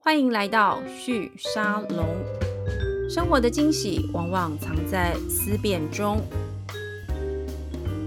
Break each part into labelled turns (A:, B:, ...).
A: 欢迎来到旭沙龙。生活的惊喜往往藏在思辨中。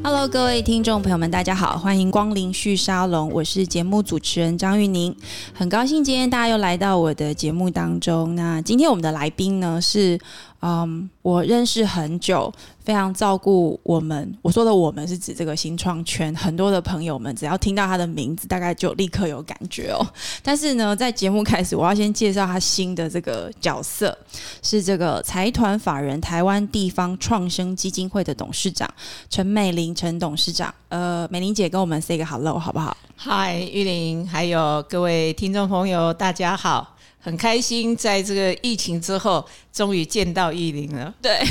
A: Hello，各位听众朋友们，大家好，欢迎光临旭沙龙，我是节目主持人张玉宁，很高兴今天大家又来到我的节目当中。那今天我们的来宾呢是，嗯，我认识很久，非常照顾我们。我说的我们是指这个新创圈很多的朋友们，只要听到他的名字，大概就立刻有感觉哦。但是呢，在节目开始，我要先介绍他新的这个角色，是这个财团法人台湾地方创生基金会的董事长陈美玲陈董事长。呃，美玲姐跟我们 say 个 hello 好不好？
B: 嗨，玉玲，还有各位听众朋友，大家好，很开心在这个疫情之后，终于见到玉玲了。
A: 对，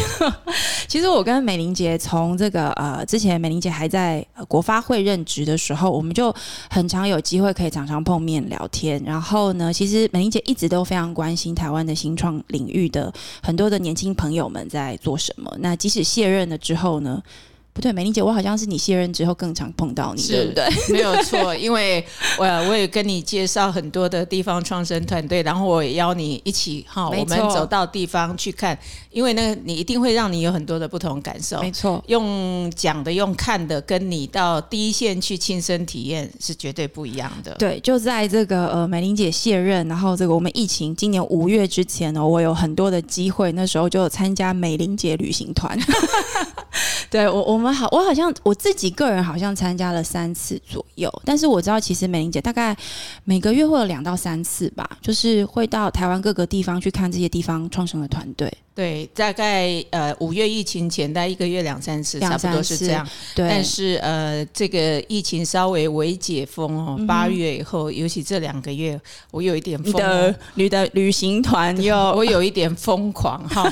A: 其实我跟美玲姐从这个呃之前美玲姐还在、呃国发会任职的时候，我们就很常有机会可以常常碰面聊天。然后呢，其实美玲姐一直都非常关心台湾的新创领域的很多的年轻朋友们在做什么。那即使卸任了之后呢，不对，美玲姐，我好像是你卸任之后更常碰到你，
B: 是
A: 对不对？
B: 没有错，因为我 我也跟你介绍很多的地方创生团队，然后我也邀你一起哈，
A: 没
B: 我
A: 错
B: 们走到地方去看，因为那个你一定会让你有很多的不同感受。
A: 没错，
B: 用讲的、用看的，跟你到第一线去亲身体验是绝对不一样的。
A: 对，就在这个呃美玲姐卸任，然后这个我们疫情今年五月之前呢、我有很多的机会，那时候就有参加美玲姐旅行 团。对我，我们好，我好像我自己个人好像参加了三次左右，但是我知道其实美玲姐大概每个月会有两到三次吧，就是会到台湾各个地方去看这些地方创生的团队。
B: 对，大概呃五月疫情前，大概一个月两三次，
A: 两
B: 差
A: 三
B: 不多是
A: 次
B: 这样。
A: 对，
B: 但是呃，这个疫情稍微微解封
A: 嗯
B: 哦，八月以后，尤其这两个月，我有一点
A: 你
B: 疯
A: 的你的旅行团又
B: 狂，我有一点疯狂 哈，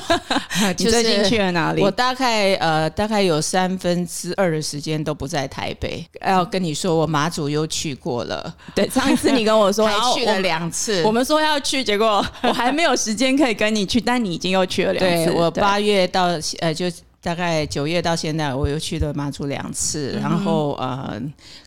A: 你
B: 就
A: 最近
B: 是。
A: 去了哪里？
B: 我大概呃，大概有三分之二的时间都不在台北。要跟你说，我马祖又去过了，
A: 对上一次你跟我 说，然
B: 还
A: 后
B: 去
A: 我
B: 了两次。
A: 我们说要去，结 果我还没有时间可以跟你去，但你已经又去了两次。
B: 对我
A: 对
B: 八月到呃，就大概九月到现在，我又去了马祖两次，然后呃，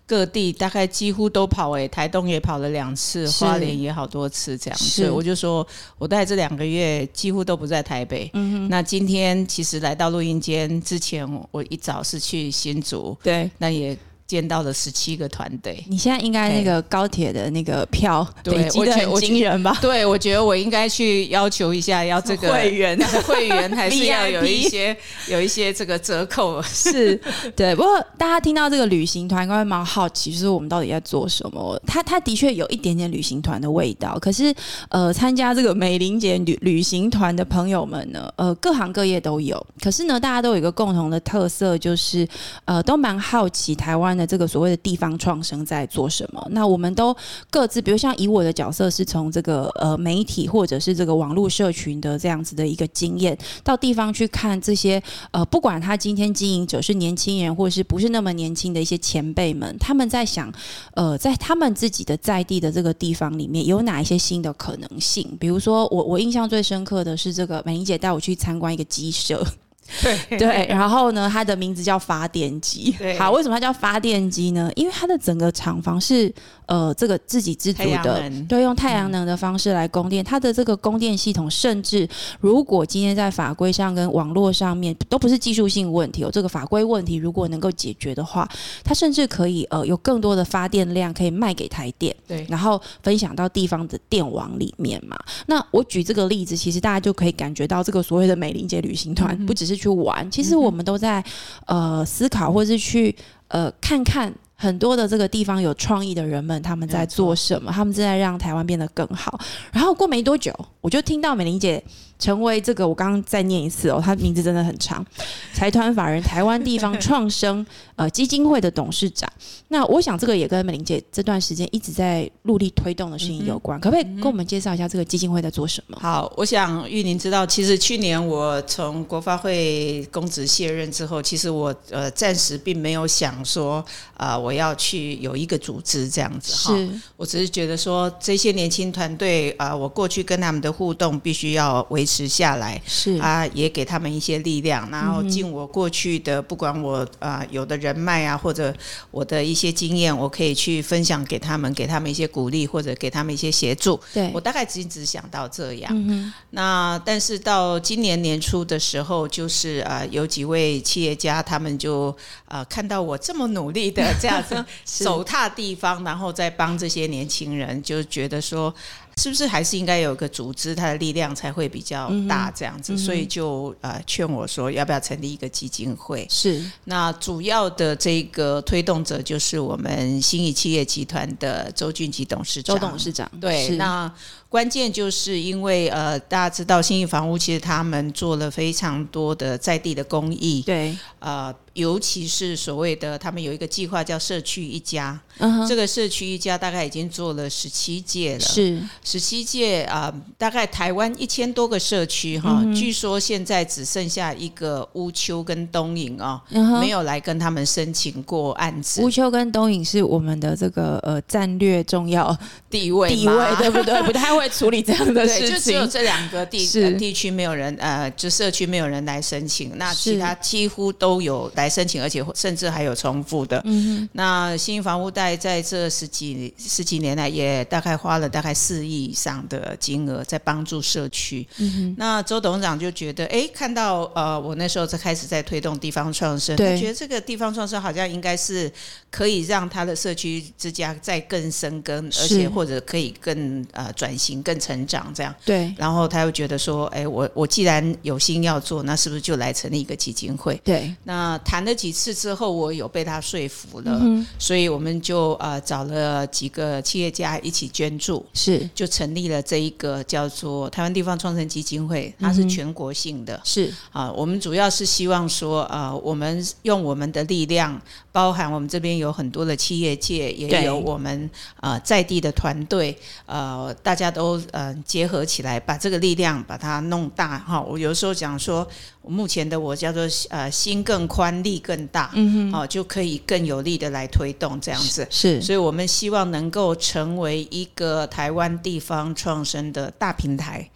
B: 各地大概几乎都跑诶、台东也跑了两次，
A: 是
B: 花莲也好多次这样，
A: 是
B: 所以我就说我大概这两个月几乎都不在台北。嗯、那今天其实来到录音间之前，我一早是去新竹，
A: 对，
B: 那也见到了十七个团队。
A: 你现在应该那个高铁的那个票
B: 对
A: 累积的
B: 我觉
A: 很
B: 得
A: 惊人吧？
B: 对，我觉得我应该去要求一下，要这个
A: 会员
B: 会员还是要有
A: VIP
B: 一 些有一些这个折扣。
A: 是 对，不过大家听到这个旅行团，应该会蛮好奇，就是我们到底在做什么？它它的确有一点点旅行团的味道，可是呃，参加这个美玲姐旅旅行团的朋友们呢，呃，各行各业都有，可是呢，大家都有一个共同的特色，就是呃，都蛮好奇台湾的这个所谓的地方创生在做什么。那我们都各自，比如像以我的角色是从这个呃媒体或者是这个网络社群的这样子的一个经验，到地方去看这些呃，不管他今天经营者是年轻人，或是不是那么年轻的一些前辈们，他们在想，呃，在他们自己的在地的这个地方里面，有哪一些新的可能性？比如说，我我印象最深刻的是这个美玲姐带我去参观一个鸡舍，
B: 对
A: 对，然后呢，它的名字叫发电机
B: 对。
A: 好，为什么它叫发电机呢？因为它的整个厂房是呃这个自给自足
B: 太阳
A: 的
B: 能，
A: 对，用太阳能的方式来供电。它的这个供电系统，甚至如果今天在法规上跟网络上面都不是技术性问题哦，这个法规问题如果能够解决的话，它甚至可以呃有更多的发电量可以卖给台电。
B: 对
A: 然后分享到地方的电网里面嘛。那我举这个例子，其实大家就可以感觉到，这个所谓的美玲姐旅行团、不只是去玩，其实我们都在呃思考，或是去呃看看。很多的这个地方有创意的人们，他们在做什么？他们正在让台湾变得更好。然后过没多久，我就听到美玲姐成为这个，我刚刚再念一次哦，她名字真的很长，财团法人台湾地方创生呃基金会的董事长。那我想这个也跟美玲姐这段时间一直在努力推动的事情有关，可不可以跟我们介绍一下这个基金会在做什么？
B: 好，我想玉宁知道，其实去年我从国发会公职卸任之后，其实我呃暂时并没有想说啊、我我要去有一个组织这样子哈。
A: 是
B: 我只是觉得说，这些年轻团队啊、我过去跟他们的互动必须要维持下来，
A: 是嗯
B: 啊，也给他们一些力量，然后尽我过去的，不管我啊、有的人脉啊，或者我的一些经验，我可以去分享给他们，给他们一些鼓励，或者给他们一些协助。
A: 对
B: 我，大概只只想到这
A: 嗯
B: 样。那但是到今年年初的时候，就是呃，有几位企业家他们就呃看到我这么努力的这样 子手踏地方，然后再帮这些年轻人，就觉得说。是不是还是应该有一个组织，它的力量才会比较
A: 嗯
B: 大这样子？所以就呃劝我说，要不要成立一个基金会？
A: 是
B: 那主要的这个推动者就是我们新义企业集团的周俊吉董事长。
A: 周董事长，
B: 对，
A: 是
B: 那关键就是因为呃，大家知道新意房屋其实他们做了非常多的在地的公益，
A: 对，
B: 呃，尤其是所谓的他们有一个计划叫社区一家，
A: 嗯哼，
B: 这个社区一家大概已经做了十七届了，
A: 是
B: 十七届啊、呃大概台湾一千多个社区哈，
A: 嗯
B: 据说现在只剩下一个乌丘跟东引哦，
A: 嗯哼
B: 没有来跟他们申请过案子
A: 乌丘跟东影是我们的这个呃战略重要
B: 地位
A: 地
B: 嘛
A: 位，对不对？不 太会处理这样的
B: 对，
A: 事
B: 就只有
A: 情，
B: 这两个地
A: 是
B: 呃地区没有人，呃，就社区没有人来申请，那
A: 是
B: 其他几乎都有来申请，而且甚至还有重复的。
A: 嗯
B: 那新房屋贷在这十几十几年来，也大概花了大概四亿以上的金额在帮助社区。
A: 哼，嗯
B: 那周董事长就觉得，哎，看到呃，我那时候在开始在推动地方创生，
A: 对
B: 他觉得这个地方创生好像应该是可以让他的社区之家再更生根，
A: 是
B: 而且或者可以更呃转型、更成长这样。
A: 哼，对
B: 然后他又觉得说，哎，我我既然有心要做，那是不是就来成立一个基金会？
A: 对，
B: 那谈了几次之后，我有被他说服了，
A: 嗯哼，
B: 所以我们就呃找了几个企业家一起捐助，
A: 是
B: 就成立了这一个叫做台湾地方创生基金会，它
A: 嗯
B: 是全国性的
A: 是
B: 啊、我们主要是希望说，呃，我们用我们的力量，包含我们这边有很多的企业界，
A: 对
B: 也有我们呃在地的团队，呃，大家都呃结合起来，把这个力量把它弄大哈、我有时候讲说，目前的我叫做呃心更宽，力更大，嗯哼，哦、就可以更有力的来推动这样子。
A: 是
B: 所以我们希望能够成为一个台湾地方创生的大平台。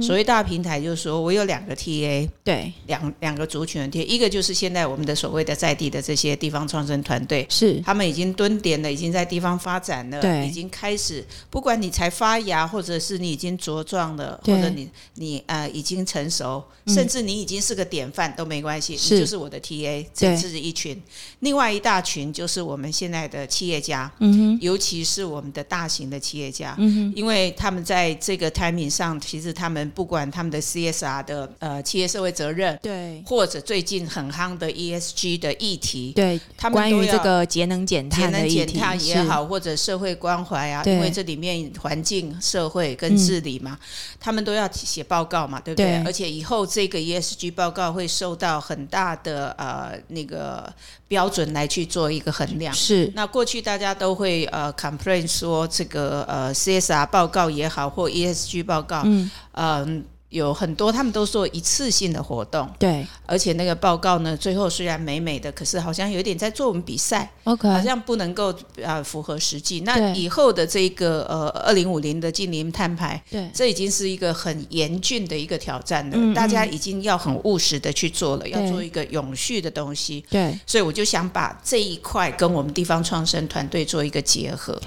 B: 所谓大平台，就是说我有两个 TA，
A: 嗯对
B: 两两个族群的 TA，一个就是现在我们的所谓的在地的这些地方创生团队。
A: 是
B: 他们已经蹲点了，已经在地方发展
A: 对
B: 了，已经开始。不管你才发芽，或者是你已经茁壮了，
A: 对嗯
B: 或者你你呃已经成熟，甚至你已经是个典范都没关系，
A: 是
B: 你就是我的 TA，
A: 对
B: 这是一群。另外一大群就是我们现在的企业家，
A: 嗯哼，
B: 尤其是我们的大型的企业家，
A: 嗯
B: 因为他们在这个 timing 上，其实他们不管他们的 CSR 的呃企业社会责任，
A: 对
B: 或者最近很夯的 ESG 的议题，
A: 对，
B: 他们
A: 关
B: 都
A: 于
B: 要
A: 这个节能减
B: 节
A: 碳的
B: 能
A: 议
B: 减
A: 题
B: 碳也，好，或者社会关怀啊，
A: 对
B: 因为这里面环境、社会跟治理嘛，他们都要写报告嘛，对不对？
A: 对
B: 而且以后这个 ESG 报告会受到很大的呃那个标准来去做一个衡量。
A: 是是
B: 那过去大家都会呃 complain 说这个呃 CSR 报告也好或 ESG 报告，
A: 嗯
B: 嗯、有很多他们都做一次性的活动，
A: 对
B: 而且那个报告呢，最后虽然美美的，可是好像有点在作文比赛，
A: ，OK，
B: 好像不能够呃符合实际。那
A: 嗯对
B: 以后的这个呃二零五零的近零碳排，
A: 对
B: 这已经是一个很严峻的一个挑战了，
A: 嗯嗯嗯
B: 大家已经要很务实的去做了，要
A: 对
B: 做一个永续的东西。
A: 对，
B: 所以我就想把这一块跟我们地方创生团队做一个结合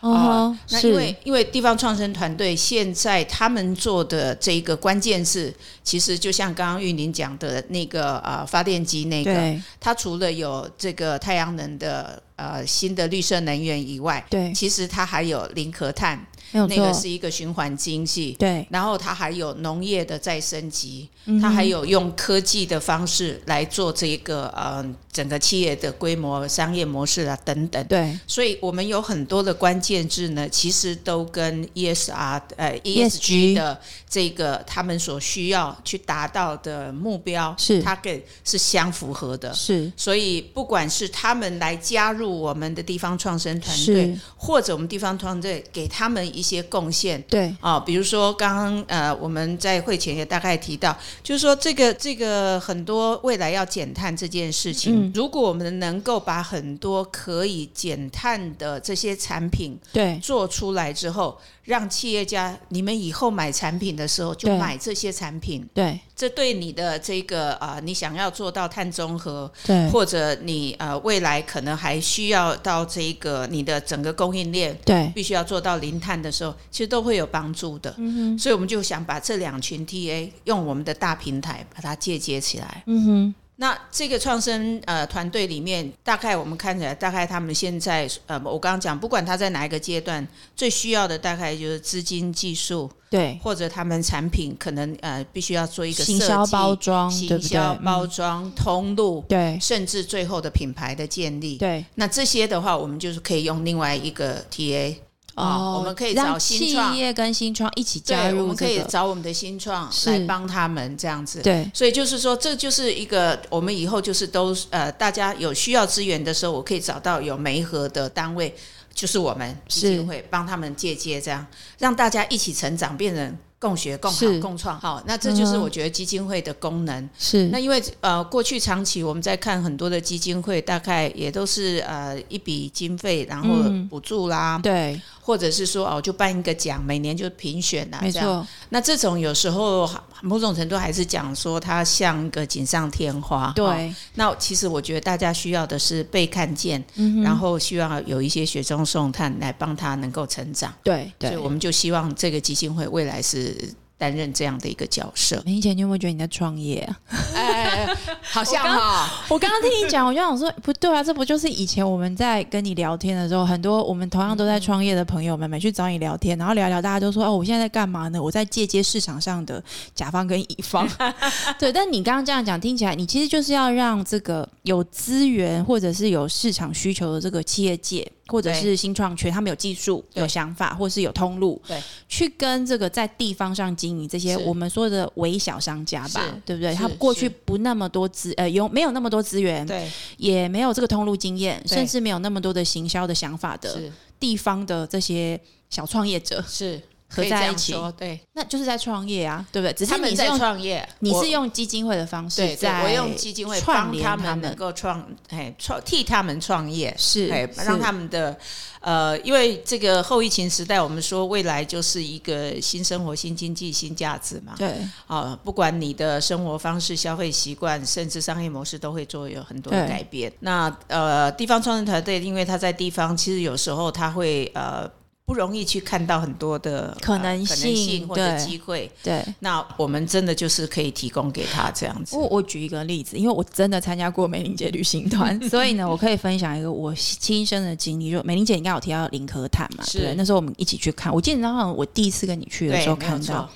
A: 哦，
B: 那因
A: 是
B: 为因为地方创生团队现在他们做的这一个关键字，其实就像刚刚玉宁讲的那个呃发电机那个，
A: 对
B: 它除了有这个太阳能的呃新的绿色能源以外，
A: 对，
B: 其实它还有零壳碳，
A: 没有
B: 那个
A: 错，
B: 是一个循环经济。
A: 对，
B: 然后它还有农业的再升级，
A: 嗯
B: 它
A: 哼
B: 还有用科技的方式来做这一个呃整个企业的规模、商业模式啊等等。
A: 对
B: 所以我们有很多的关键字呢，其实都跟 ESR 呃
A: ESG
B: ESG 的这个他们所需要去达到的目标
A: 是
B: 它跟是相符合的。
A: 是
B: 所以，不管是他们来加入我们的地方创生团队
A: 是，
B: 或者我们地方团队给他们一一些贡献。
A: 对，
B: 啊、比如说刚刚呃我们在会前也大概提到，就是说这个这个很多未来要减碳这件事情，
A: 嗯
B: 如果我们能够把很多可以减碳的这些产品
A: 对，
B: 做出来之后，让企业家你们以后买产品的时候就
A: 对
B: 买这些产品，
A: 对，
B: 这对你的这个啊、你想要做到碳中和，
A: 对，
B: 或者你呃未来可能还需要到这个你的整个供应链
A: 对，
B: 必须要做到零碳的时候，其实都会有帮助的。
A: 嗯哼，
B: 所以我们就想把这两群 TA 用我们的大平台把它借接起来。
A: 嗯哼，
B: 那这个创生呃团队里面，大概我们看起来，大概他们现在呃，我刚刚讲，不管他在哪一个阶段，最需要的大概就是资金、技术，
A: 对，
B: 或者他们产品可能呃必须要做一个
A: 行
B: 设
A: 销
B: 计
A: 包装，对
B: 行
A: 不对？
B: 销
A: 嗯
B: 包装、通路，
A: 对，
B: 甚至最后的品牌的建立。
A: 对，
B: 那这些的话，我们就是可以用另外一个 TA，哦我们可以
A: 让
B: 找新
A: 企
B: 创
A: 业跟新创一起加
B: 对，我
A: 入
B: 们可
A: 这
B: 以
A: 个，
B: 找我们的新创
A: 是
B: 来帮他们这样子。
A: 对，
B: 所以就是说，这就是一个我们以后就是都呃，大家有需要资源的时候，我可以找到有媒合的单位，就是我们基
A: 是
B: 金会帮他们借接，这样让大家一起成长，变成共学、共好
A: 是、
B: 共创。好，那这就是
A: 嗯哼
B: 我觉得基金会的功能。
A: 是
B: 那因为呃，过去长期我们在看很多的基金会，大概也都是呃一笔经费，然后
A: 嗯
B: 补助啦，
A: 对，
B: 或者是说哦，就办一个奖，每年就评选啊，
A: 没
B: 这样。
A: 错，
B: 那这种有时候某种程度还是讲说它像个锦上添花。哦
A: 对，
B: 那其实我觉得大家需要的是被看见，
A: 嗯哼
B: 然后需要有一些雪中送炭来帮他能够成长。
A: 对
B: 所以
A: 对。，
B: 我们就希望这个基金会未来是。担任这样的一个角色
A: 林姐，你有没有觉得你在创业啊？
B: 哎，好像
A: 我刚
B: 哈，
A: 我刚刚听你讲，我就想说，不对啊，这不就是以前我们在跟你聊天的时候，很多我们同样都在创业的朋友们，每去找你聊天，然后聊一聊，大家都说哦，我现在在干嘛呢？我在借接市场上的甲方跟乙方。 对，但你刚刚这样讲，听起来你其实就是要让这个有资源或者是有市场需求的这个企业界，或者
B: 对
A: 是新创圈，他们有技术、
B: 对
A: 有想法，或是有通路，
B: 对，
A: 去跟这个在地方上经营这些
B: 是
A: 我们说的微小商家吧
B: 是，
A: 对不对？
B: 是
A: 他过去
B: 是
A: 不那么多资，呃，有没有那么多资源，
B: 对，
A: 也没有这个通路经验，
B: 对
A: 甚至没有那么多的行销的想法的
B: 是
A: 地方的这些小创业者，
B: 是
A: 合
B: 可以这
A: 在
B: 样
A: 一起
B: 说对，
A: 那就是在创业啊，对不对？只
B: 他
A: 是
B: 们
A: 你是
B: 在
A: 用
B: 创业，
A: 你
B: 我
A: 是用基金会的方式
B: 对对，
A: 在
B: 我用基金会
A: 串
B: 帮
A: 联
B: 他
A: 们
B: 们能够创，哎，创替他们创业，
A: 是
B: 哎，
A: 是
B: 让他们的呃，因为这个后疫情时代，我们说未来就是一个新生活、新经济、新价值嘛。
A: 对
B: 啊，不管你的生活方式、消费习惯，甚至商业模式，都会做有很多
A: 对
B: 的改变。那呃，地方创生团队，因为他在地方，其实有时候他会呃。不容易去看到很多的
A: 可
B: 呃
A: 能
B: 可
A: 性
B: 能性或者
A: 对
B: 机会，
A: 对。
B: 那我们真的就是可以提供给他这样子。
A: 我我举一个例子，因为我真的参加过美玲姐旅行 团，所以呢，我可以分享一个我亲身的经历。就美玲姐，你刚好提到林科探嘛，
B: 是
A: 对不对，那时候我们一起去看，我记得好像我第一次跟你去的
B: 对，
A: 时候
B: 没有
A: 看到
B: 错，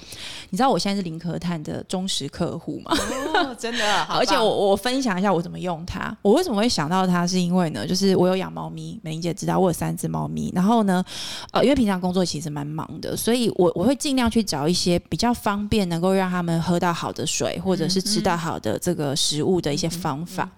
A: 你知道我现在是林科探的忠实客户吗？
B: 哦，真的， 好
A: 而且
B: 棒
A: 我我分享一下我怎么用它。我为什么会想到它，是因为呢，就是我有养猫咪，美玲姐知道我有三只猫咪。然后呢，呃，因为平常工作其实蛮忙的，所以我我会尽量去找一些比较方便，能够让他们喝到好的水，或者是吃到好的这个食物的一些方法。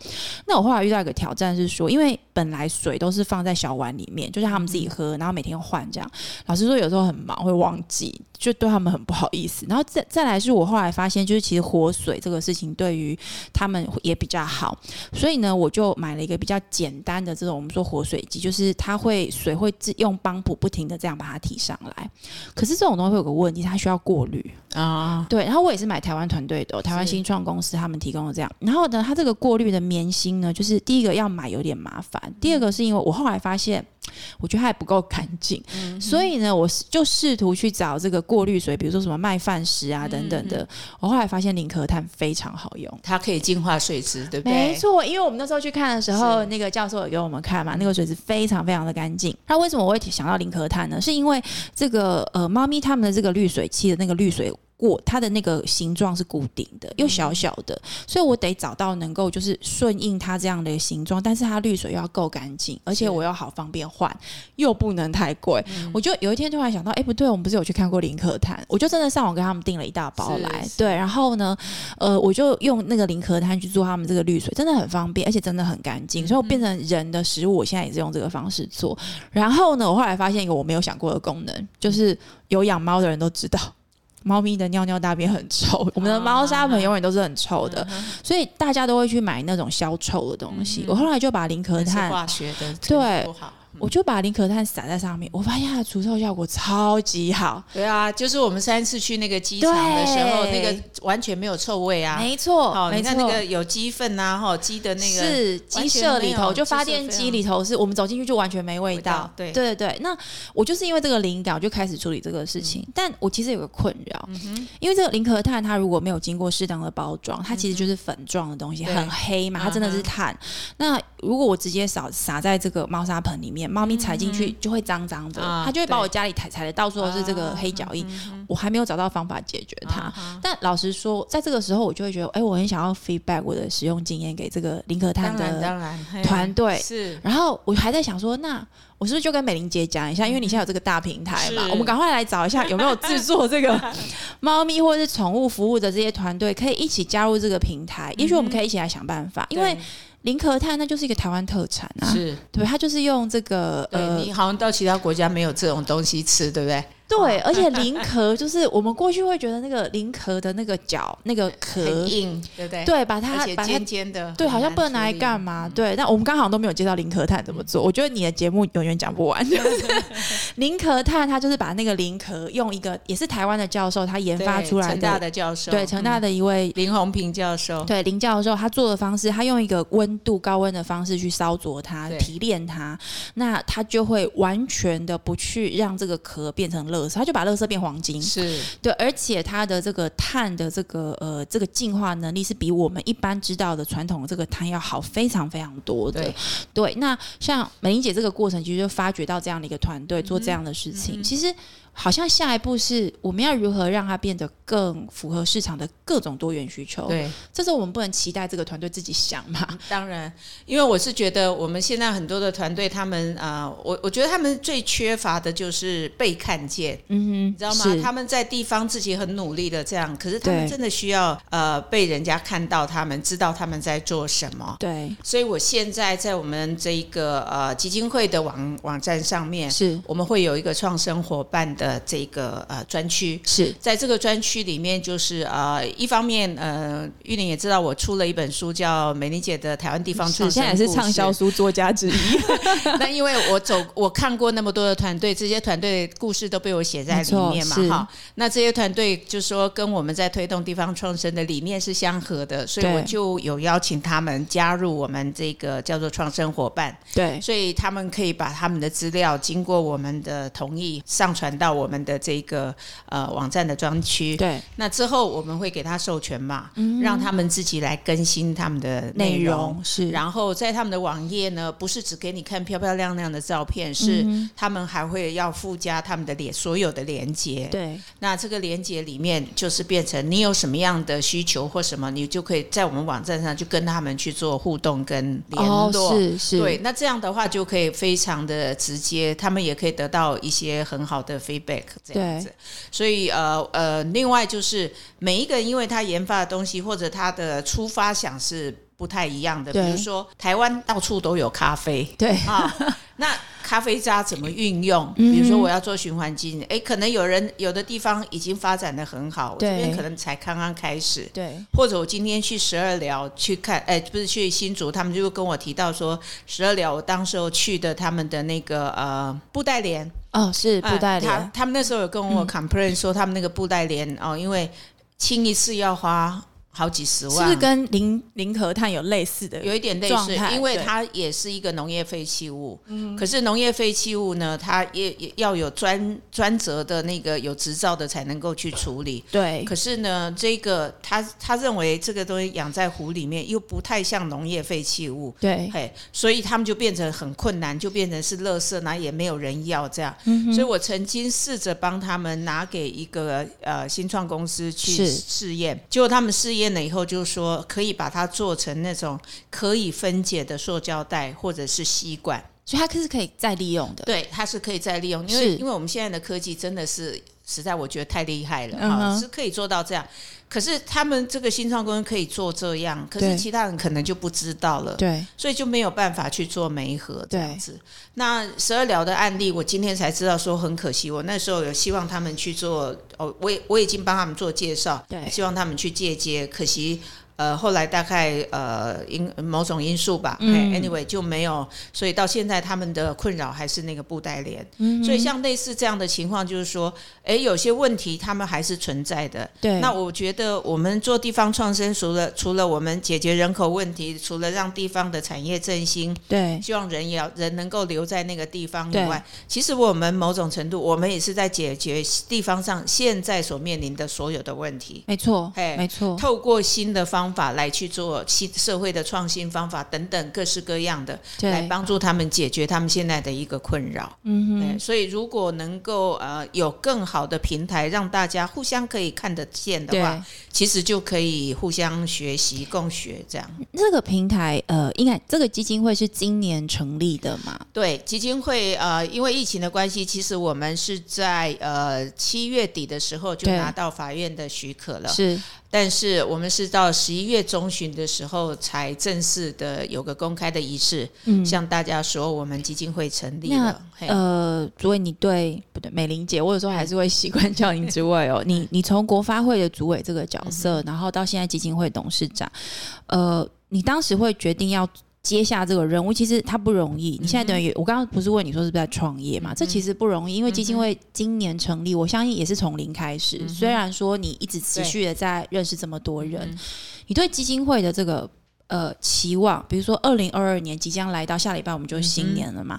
A: 那我后来遇到一个挑战是说，因为本来水都是放在小碗里面，就让他们自己喝，然后每天换这样。老实说，有时候很忙会忘记，就对他们很不好意思。然后再再来是我后来发现，就是其实活水这个事情对于他们也比较好，所以呢，我就买了一个比较简单的这种我们说活水机，就是它会水会自用帮浦不停的这样把它提上来。可是这种东西会有个问题，它需要过滤。
B: 啊，
A: 对，然后我也是买台湾团队的哦、台湾
B: 是
A: 新创公司他们提供的这样。然后呢，它这个过滤的棉芯呢，就是第一个要买有点麻烦，第二个是因为我后来发现， 我觉得它还不够干净，所以呢，我是就试图去找这个过滤水，比如说什么麦饭石啊等等的。我后来发现零壳炭非常好用。
B: 它可以净化水质，对不对？
A: 没，错，因为我们那时候去看的时候，
B: 是
A: 那个教授有给我们看嘛，那个水质非常非常的干净。那为什么我会想到林可碳呢？是因为这个呃，猫咪它们的这个滤水器的那个滤水。过它的那个形状是固定的，又
B: 嗯
A: 小小的，所以我得找到能够就是顺应它这样的形状，但是它滤水又要够干净，而且我又好方便换，又不能太贵。
B: 嗯
A: 我就有一天突然想到，哎、不对，我们不是有去看过林可滩？我就真的上网跟他们订了一大包
B: 是
A: 来，
B: 是
A: 对，然后呢，呃，我就用那个林可滩去做他们这个滤水，真的很方便，而且真的很干净，
B: 嗯
A: 所以我变成人的食物，我现在也是用这个方式做。然后呢，我后来发现一个我没有想过的功
B: 嗯
A: 能，就是有养猫的人都知道。 猫咪的尿尿大便很臭，
B: 啊
A: 我们的猫砂盆永远都是很臭
B: 嗯
A: 的，所以大家都会去买那种消臭的东西。我后来就把林可
B: 那嗯是
A: 碳
B: 化学的，
A: 对
B: 不好。嗯
A: 我就把林可碳撒在上面，我发现它的除臭效果超级好，
B: 对啊，就是我们上一次去那个机场的时候，
A: 对
B: 那个完全没有臭味啊。
A: 没错，
B: 好，
A: 没
B: 你
A: 错，
B: 看那个有鸡粪呐，哈，鸡的那个
A: 是鸡
B: 完全
A: 舍
B: 没
A: 里
B: 有
A: 头，就
B: 鸡
A: 发
B: 舍
A: 电
B: 非
A: 机
B: 常
A: 里头，是我们走进去就完全没味
B: 味
A: 道
B: 道。对
A: 对对对那我就是因为这个灵感，我就开始处理这个事情。
B: 嗯
A: 但我其实有个困扰，因为这个零壳碳它如果没有经过适当的包装，它其实就是粉状的东西，
B: 嗯对
A: 很黑嘛，它真的是
B: 嗯哼
A: 碳。那如果我直接撒撒在这个猫砂盆里面，猫咪踩进去就会脏脏的，
B: 嗯啊
A: 它就会把
B: 对啊嗯
A: 我家里踩踩的到处都是这个黑脚印。我还没有找到方法解决它。但老实说，在这个时候，我就会觉得，哎、我很想要 feedback 我的使用经验给这个林可
B: 当
A: 碳
B: 然
A: 的
B: 当然嘿
A: 团队。
B: 是
A: 然后我还在想说，那我是不是就跟美玲姐讲一下？因为你现在有这个大平台嘛，
B: 是
A: 我们赶快来找一下有没有制作这个 猫咪或者是宠物服务的这些团队，可以一起加入这个平台。
B: 嗯
A: 也许我们可以一起来想办法，因为林可碳那就是一个台湾特产
B: 对
A: 啊，
B: 是
A: 对，它就是用这个
B: 对
A: 呃
B: 你好像到其他国家没有这种东西吃，对不对？
A: 对，而且鳞壳就是我们过去会觉得那个鳞壳的那个角那个壳
B: 很，硬，对不对？，
A: 对，把
B: 而
A: 它
B: 且
A: 把它
B: 尖尖的，
A: 对，
B: 很
A: 好像不能拿
B: 难
A: 来
B: 处理嗯
A: 干嘛？对，但我们刚好都没有介绍林壳炭怎么做。我觉得你的节目永远讲不 完。就是林壳炭，它就是把那个鳞壳用一个也是台湾的教授他研
B: 对
A: 发出来
B: 成大
A: 的，
B: 的教授，
A: 对，成大
B: 嗯
A: 的一位
B: 林宏平教授，
A: 对林教授他做的方式，他用一个温度高温的方式去烧灼它、
B: 对
A: 提炼它，那它就会完全的不去让这个壳变成垃圾，它就把垃圾变黄金。
B: 是
A: 对，而且它的这个碳的这个呃这个净化能力是比我们一般知道的传统的这个碳要好非常非常多的
B: 对。
A: 对，那像美玲姐这个过程，其实就发掘到这样的一个团队
B: 嗯
A: 做这样的事情，其实好像下一步是我们要如何让它变得更符合市场的各种多元需求。
B: 对，
A: 这时候我们不能期待这个团队自己想嘛。
B: 当然，因为我是觉得我们现在很多的团队，他们啊、呃我我觉得他们最缺乏的就是被看见，
A: 嗯哼，
B: 你知道吗
A: 是？
B: 他们在地方自己很努力的这样，可是他们
A: 对
B: 真的需要呃被人家看到他们，知道他们在做什么。
A: 对，
B: 所以我现在在我们这一个呃基金会的网网站上面，
A: 是
B: 我们会有一个创生伙伴的这个呃专区，
A: 是，
B: 在这个专区里面，就是呃，一方面，呃，玉玲也知道我出了一本书叫《美玲姐的台湾地方创
A: 嗯是
B: 生
A: 现在
B: 故
A: 也
B: 事》，
A: 是畅销书作家之一。
B: 那因为我走，我看过那么多的团队，这些团队故事都被我写在里面嘛
A: 没错是，
B: 哈。那这些团队就说跟我们在推动地方创生的理念是相合的，所以
A: 对
B: 我就有邀请他们加入我们这个叫做创生伙伴，
A: 对，
B: 所以他们可以把他们的资料经过我们的同意上传到我们的这个呃网站的专区。
A: 对，
B: 那之后我们会给他授权嘛，让他们自己来更新他们的内
A: 嗯内
B: 容。
A: 容是，
B: 然后在他们的网页呢，不是只给你看漂漂亮亮的照片，是
A: 嗯
B: 他们还会要附加他们的连所有的连接。
A: 对，
B: 那这个连接里面就是变成你有什么样的需求或什么，你就可以在我们网站上就跟他们去做互动跟联
A: 哦，
B: 络。
A: 是是，
B: 对，那这样的话就可以非常的直接，他们也可以得到一些很好的 feedback 这样子。所以呃呃，另外就是每一个人因为他研发的东西或者他的出发想是不太一样的，
A: 对
B: 比如说台湾到处都有咖啡，
A: 对，
B: 啊，那咖啡渣怎么运用？
A: 嗯
B: 比如说我要做循环经济，诶，可能有人有的地方已经发展的很好，我这边
A: 对
B: 可能才刚刚开始。
A: 对，
B: 或者我今天去十二寮去看，哎，不是去新竹，他们就跟我提到说，十二寮我当时候去的他们的那个呃布袋莲，
A: 哦，是
B: 哎
A: 布袋
B: 他
A: 莲，嗯
B: 他们那时候有跟我 complain 说他们那个布袋莲哦，因为清一次要花好几十
A: 是
B: 万，
A: 不是跟零零和碳有类似的？
B: 有一点类
A: 状
B: 似，
A: 态
B: 因为
A: 对嗯
B: 它也是一个农业废弃物。可是农业废弃物呢，它也也要有专专责的那个有执照的才能够去处理。
A: 对，
B: 可是呢，这个他他认为这个东西养在湖里面又不太像农业废弃物，
A: 对，
B: 嘿，所以他们就变成很困难，就变成是垃圾，那也没有人要这样。
A: 嗯哼
B: 所以我曾经试着帮他们拿给一个呃新创公司去
A: 是
B: 试验，结果他们试验了以后就说可以把它做成那种可以分解的塑胶袋或者是吸管，
A: 所以它是可以再利用的。
B: 对，它是可以再利用，因为
A: 是
B: 因为我们现在的科技真的是实在我觉得太厉害了
A: 嗯
B: 啊、
A: 哼
B: 是可以做到这样。可是他们这个新创公司可以做这样，可
A: 对
B: 是其他人可能就不知道了。
A: 对
B: 所以就没有办法去做媒合这
A: 对
B: 样子。那十二聊的案例，我今天才知道说很可惜，我那时候有希望他们去做，哦，我也我已经帮他们做介绍，
A: 对
B: 希望他们去借接，可惜。呃，后来大概呃因某种因素吧、
A: 嗯
B: a n y w a y 就没有，所以到现在他们的困扰还是那个布袋莲。
A: 嗯
B: 所以像类似这样的情况，就是说，哎，有些问题他们还是存在的，
A: 对，
B: 那我觉得我们做地方创生，除了除了我们解决人口问题，除了让地方的产业振兴，
A: 对
B: 希望人也要人能够留在那个地方以外，其实我们某种程度，我们也是在解决地方上现在所面临的所有的问题。
A: 没错，
B: 嘿
A: 没错，
B: 透过新的方法来去做新社会的创新方法等等各式各样的，来
A: 对，
B: 帮助他们解决他们现在的一个困扰。
A: 嗯
B: 对，
A: 哼，
B: 所以如果能够呃有更好的平台，让大家互相可以看得见的话
A: 对，，
B: 其实就可以互相学习、共学这样。
A: 这个平台呃，应该这个基金会是今年成立的嘛？
B: 对，基金会呃，因为疫情的关系，其实我们是在呃七月底的时候就
A: 对
B: 拿到法院的许可了，
A: 是，
B: 但是我们是到十一月中旬的时候才正式的有个公开的仪式，
A: 嗯，
B: 向大家说我们基金会成立
A: 那
B: 了。嘿
A: 呃，主委，你对不对？美玲姐，我有时候还是会习惯叫你主委哦。你你从国发会的主委这个角色，然后到现在基金会董事长，呃，你当时会决定要接下这个任务，其实它不容易。你现在等于、我刚刚不是问你说是不是在创业嘛？这其实不容易，因为基金会今年成立，我相信也是从零开始。虽然说你一直持续的在认识这么多人，你对基金会的这个呃期望，比如说二零二二年即将来到，下礼拜我们就新年了嘛。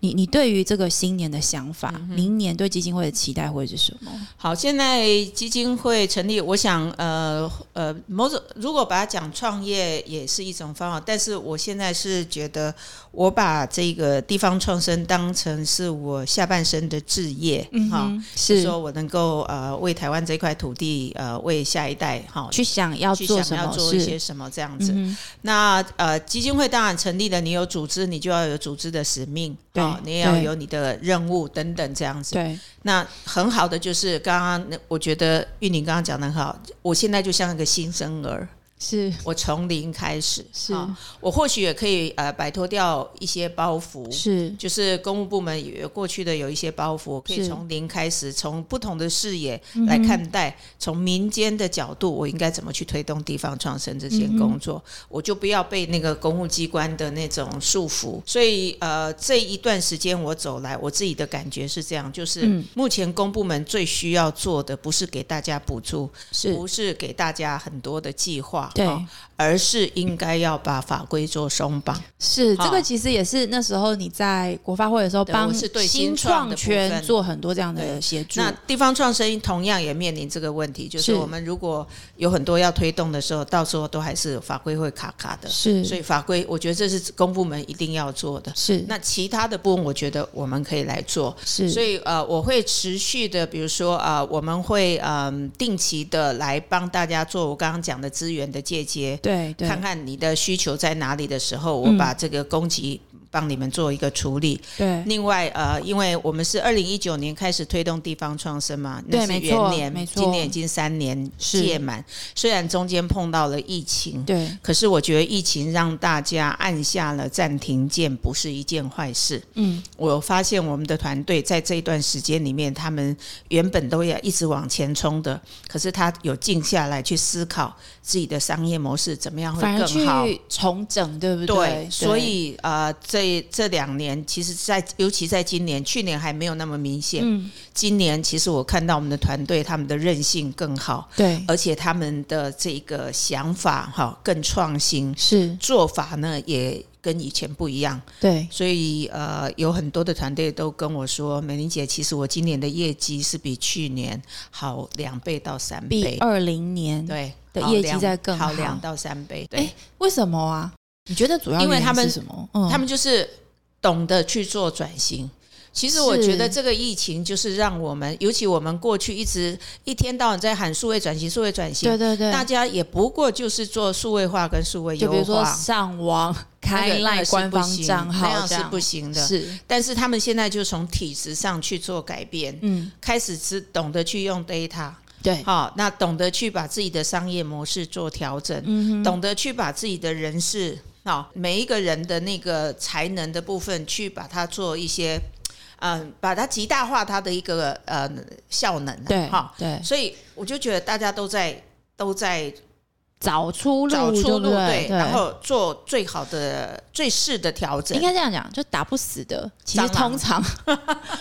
A: 你你对于这个新年的想法，
B: 嗯
A: 明年对基金会的期待会是什么？
B: 好，现在基金会成立，我想，呃呃，某种如果把它讲创业也是一种方法，但是我现在是觉得，我把这个地方创生当成是我下半生的置业，哈、
A: 嗯哼，
B: 嗯就是说我能够呃为台湾这块土地，呃为下一代，哈、
A: 去想要
B: 去
A: 做什
B: 想要
A: 么
B: 做一些
A: 事？
B: 什么这样子，
A: 嗯哼，
B: 那呃，基金会当然成立了，你有组织，你就要有组织的使命，
A: 对
B: 啊你也要
A: 对
B: 有你的任务等等这样子。
A: 对，
B: 那很好的就是刚刚那，我觉得玉宁刚刚讲的很好，我现在就像一个新生儿，
A: 是
B: 我从零开始，
A: 是
B: 啊我或许也可以呃摆脱掉一些包袱。
A: 是，
B: 就是公务部门也过去的有一些包袱，可以
A: 是嗯
B: 从零开始，从不同的视野来看待，从民间的角度，我应该怎么去推动地方创生这
A: 嗯
B: 些工作，我就不要被那个公务机关的那种束缚。所以呃，这一段时间我走来，我自己的感觉是这样，就是
A: 嗯
B: 目前公部门最需要做的，不是给大家补助，
A: 是
B: 不是给大家很多的计划，
A: 对
B: 哦而是应该要把法规做松绑。
A: 是，这个
B: 好
A: 其实也是那时候你在国发会的时候
B: 对
A: 帮
B: 我是对
A: 新
B: 新创
A: 创
B: 的部
A: 圈
B: 分
A: 做很多这样的
B: 对
A: 协助。
B: 那地方创生同样也面临这个问题，就是
A: 是
B: 我们如果有很多要推动的时候，到时候都还是法规会卡卡的。
A: 是
B: 所以法规，我觉得这是公部门一定要做的。
A: 是
B: 那其他的部分，我觉得我们可以来做。
A: 是，
B: 所以呃，我会持续的，比如说呃，我们会嗯、定期的来帮大家做我刚刚讲的资源的借接，
A: 对对
B: 看看你的需求在哪里的时候，我
A: 嗯
B: 把这个供给帮你们做一个处理。
A: 对
B: 另外，呃，因为我们是二零一九年开始推动地方创生嘛，那
A: 对
B: 是
A: 没错
B: 元年，
A: 没错
B: 今年已经三年
A: 是
B: 届满，虽然中间碰到了疫情。
A: 对，
B: 可是我觉得疫情让大家按下了暂停键，不是一件坏事。
A: 嗯，
B: 我发现我们的团队在这一段时间里面，他们原本都要一直往前冲的，可是他有静下来去思考自己的商业模式怎么样会
A: 反而
B: 更好。
A: 去重整，对不
B: 所以呃，这这这两年，其实在尤其在今年，去年还没有那么明显。
A: 嗯，
B: 今年其实我看到我们的团队他们的韧性更好，
A: 对，
B: 而且他们的这个想法哈更创新，
A: 是，
B: 做法呢也跟以前不一样。
A: 对，
B: 所以呃，有很多的团队都跟我说，美玲姐，其实我今年的业绩是比去年好两倍到三
A: 比
B: 倍，
A: 二零年
B: 对
A: 的
B: 好
A: 业绩
B: 两
A: 再更
B: 好
A: 好
B: 两到三倍。对，
A: 诶为什么啊？你觉得主要
B: 因为
A: 原
B: 他们
A: 是什么？嗯
B: 他们就是懂得去做转型。其实我
A: 是
B: 觉得这个疫情就是让我们，尤其我们过去一直一天到晚在喊数位转型、数位转型
A: 对，对对，
B: 大家也不过就是做数位化跟数位优
A: 就
B: 化，
A: 比如说上网
B: 那
A: 开
B: 个那个
A: line
B: 是
A: 官
B: 不
A: 方
B: 行
A: 账
B: 那
A: 号
B: 样
A: 这
B: 是
A: 样
B: 不行的。
A: 是，
B: 但是他们现在就从体制上去做改变，
A: 嗯，
B: 开始知懂得去用 data，
A: 对，
B: 好、那懂得去把自己的商业模式做调整，
A: 嗯
B: 懂得去把自己的人事，好、每一个人的那个才能的部分，去把它做一些，嗯、把它极大化它的一个呃效能啊，
A: 对，
B: 哈、
A: 对，
B: 所以我就觉得大家都在都在
A: 找出路，
B: 找出
A: 对
B: 路，
A: 不对，对
B: 然后做最好的、最适的调整
A: 应。该这样讲，就打不死的，其实
B: 蟑
A: 通
B: 螂
A: 常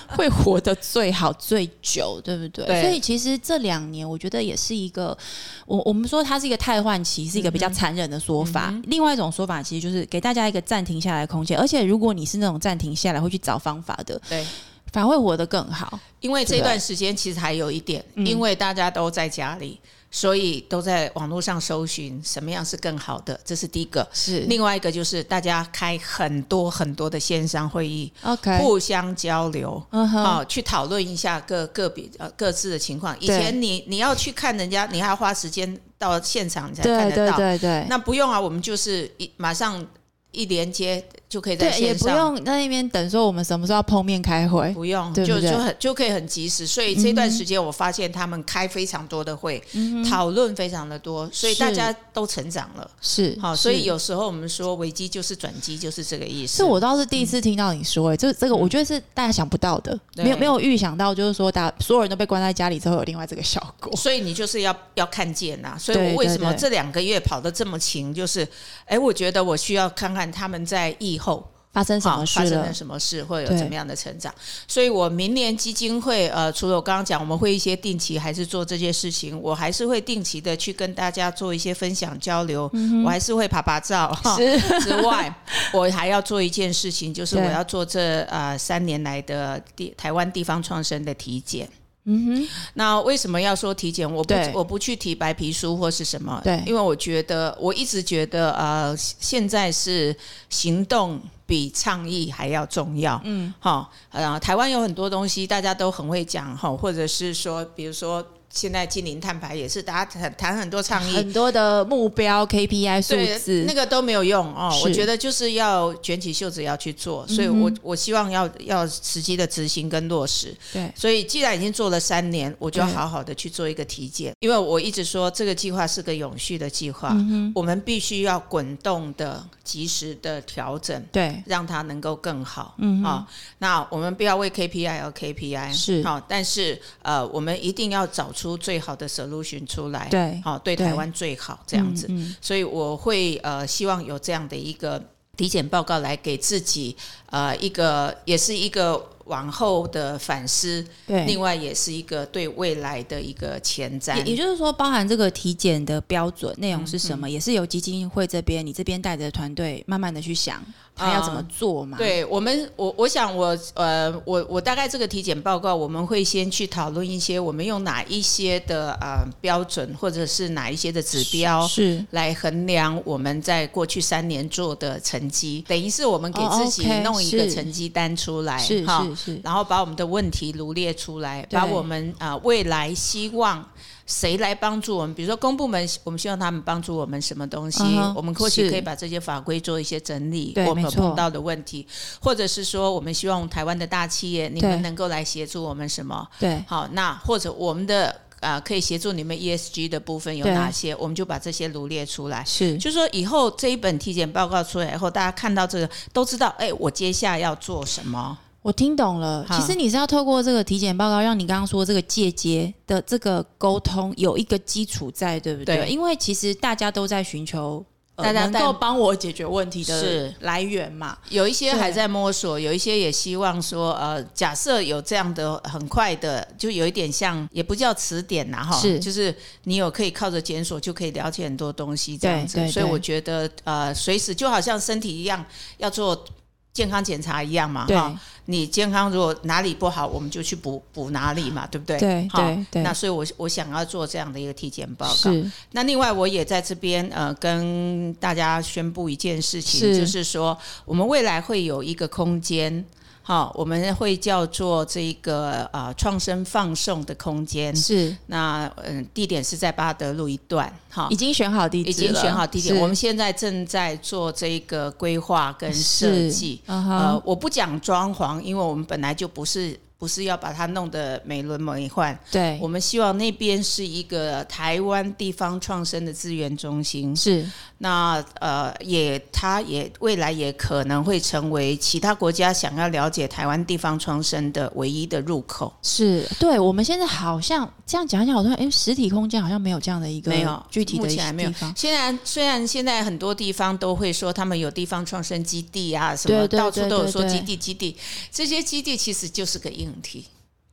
A: 会活得最好最久，对不对？
B: 对
A: 所以其实这两年，我觉得也是一个，我我们说它是一个汰换期，是一个比较
B: 嗯
A: 残忍的说法。另外一种说法，其实就是给大家一个暂停下来的空间，而且如果你是那种暂停下来会去找方法的，
B: 对，
A: 反而会活得更好。
B: 因为这
A: 对
B: 段时间其实还有一点，
A: 嗯
B: 因为大家都在家里，所以都在网络上搜寻什么样是更好的，这是第一个。
A: 是
B: 另外一个就是大家开很多很多的线上会议，
A: OK，
B: 互相交流。
A: 嗯哼，
B: 哦，去讨论一下各个别呃各自的情况。以
A: 对
B: 前你你要去看人家，你还要花时间到现场你才看
A: 对
B: 得
A: 对
B: 到。
A: 对对。
B: 那不用啊，我们就是一马上一连接就可以在
A: 对，也
B: 线
A: 不
B: 上，
A: 用在那边等说我们什么时候要碰面开会，
B: 不用，
A: 对不
B: 就
A: 对
B: 就很就可以很及时。所以这段时间我发现他们开非常多的会，讨论非常的多，所以
A: 嗯是
B: 大家都成长了。
A: 是
B: 好，所
A: 是
B: 以有时候我们说危机就是转机，就是这个意思。
A: 是我倒是第一次听到你说、欸，这这个我觉得是大家想不到的，
B: 对
A: 没有没有预想到，就是说大家所有人都被关在家里之后有另外这个效果。
B: 所以你就是要要看见呐、所以
A: 对
B: 我为什么
A: 对对
B: 这两个月跑得这么勤，就是，哎，我觉得我需要看看他们在疫后
A: 发生什
B: 好，
A: 么
B: 发
A: 事
B: 生
A: 了
B: 了？什么事，会有
A: 对
B: 怎么样的成长？所以我明年基金会，呃，除了我刚刚讲，我们会一些定期还是做这些事情，我还是会定期的去跟大家做一些分享交流，我还是会爬爬照哈
A: 嗯是
B: 之外， 我还要做一件事情，就是我
A: 对
B: 要做这呃三年来的地台湾地方创生的体检。
A: 嗯
B: 那为什么要说体检？我不
A: 对
B: 我不去提白皮书或是什么，
A: 对
B: 因为我觉得我一直觉得呃，现在是行动比倡议还要重要。嗯，好，呃，台湾有很多东西大家都很会讲哈，或者是说，比如说现在近零碳排也是大家谈谈很多倡
A: 哼，
B: 议。
A: 很多的目标 KPI 数
B: 对，
A: 字，
B: 那个都没有用哦。
A: 是嗯
B: 我觉得就是要卷起袖子要去做，所以我我希望要要实际的执行跟落实。
A: 对
B: 所以既然已经做了三年，我就要
A: 对
B: 好好的去做一个体检，因为我一直说这个计划是个永续的计划，
A: 嗯
B: 我们必须要滚动的、及时的调整。
A: 对
B: 让它能够更好，嗯啊、那我们不要为 KPI 而 KPI
A: 是
B: 好、啊但是呃，我们一定要找出最好的 solution 出来，
A: 对
B: 好、对
A: 对
B: 台湾最好这样子，
A: 嗯嗯
B: 所以我会呃希望有这样的一个体检报告来给自己呃一个也是一个往后的反思，
A: 对。
B: 另外也是一个对未来的一个前瞻
A: 也。也就是说，包含这个体检的标准内容是什么，也是由基金会这边你这边带着团队慢慢的去想，他要怎么做嘛？
B: 对我们，我我想我呃，我我大概这个体检报告，我们会先去讨论一些我们用哪一些的呃标准，或者是哪一些的指标，
A: 是
B: 来衡量我们在过去三年做的成绩，等于是我们给
A: 哦
B: 自己
A: OK，
B: 弄一个
A: 是
B: 成绩单出来，
A: 是
B: 哈
A: 是是，
B: 然后把我们的问题罗列出来，
A: 对
B: 把我们啊、呃未来希望谁来帮助我们，比如说公部门，我们希望他们帮助我们什么东西
A: 嗯哼
B: 我们或许
A: 是
B: 可以把这些法规做一些整理，
A: 对
B: 我们有
A: 没错
B: 碰到的问题，或者是说我们希望台湾的大企业你们
A: 对
B: 能够来协助我们什么，
A: 对
B: 好，那或者我们的啊、呃可以协助你们 ESG 的部分有
A: 对
B: 哪些，我们就把这些罗列出来。
A: 是
B: 就说以后这一本体检报告出来以后，大家看到这个都知道，哎、我接下来要做什么？
A: 我听懂了，
B: 好
A: 其实你是要透过这个体检报告，让你刚刚说这个借接的这个沟通有一个基础在，对不对？
B: 对
A: 因为其实大家都在寻求呃
B: 大家
A: 能
B: 带
A: 够帮我解决问题的
B: 是
A: 来源嘛。
B: 有一些
A: 对
B: 还在摸索，有一些也希望说，呃，假设有这样的很快的，就有一点像，也不叫词典呐，哈，
A: 是
B: 就是你有可以靠着检索就可以了解很多东西这样
A: 对
B: 子
A: 对，
B: 所以
A: 对
B: 我觉得，呃，随时就好像身体一样，要做健康检查一样嘛，
A: 对
B: 哈，你健康如果哪里不好，我们就去补补哪里嘛，对不对？
A: 对
B: 哈
A: 对对
B: 那所以我我想要做这样的一个体检报告。
A: 是
B: 那另外，我也在这边呃跟大家宣布一件事情，
A: 是
B: 就是说我们未来会有一个空间。好，我们会叫做这个呃创生放送的空间。
A: 是，
B: 那嗯，地点是在巴德路一段，哈
A: 已，经选好地址
B: 已经选好地点。
A: 是
B: 我们现在正在做这个规划跟设
A: 是
B: 计。
A: 啊
B: 呃
A: 哈，，
B: 我不讲装潢，因为我们本来就不是不是要把它弄得美轮美奂，
A: 对
B: 我，们希望那边是一个台湾地方创生的资源中心。
A: 是
B: 那呃，也它也未来也可能会成为其他国家想要了解台湾地方创生的唯一的入口。
A: 是，对我们现在好像这样讲一讲，我突然哎，实体空间好像没有这样的一个
B: 没有
A: 具体的
B: 目前还没有
A: 地方，
B: 虽然虽然现在很多地方都会说他们有地方创生基地啊，什么
A: 对对
B: 到处都有
A: 对
B: 说
A: 对
B: 基地基地，这些基地其实就是个硬体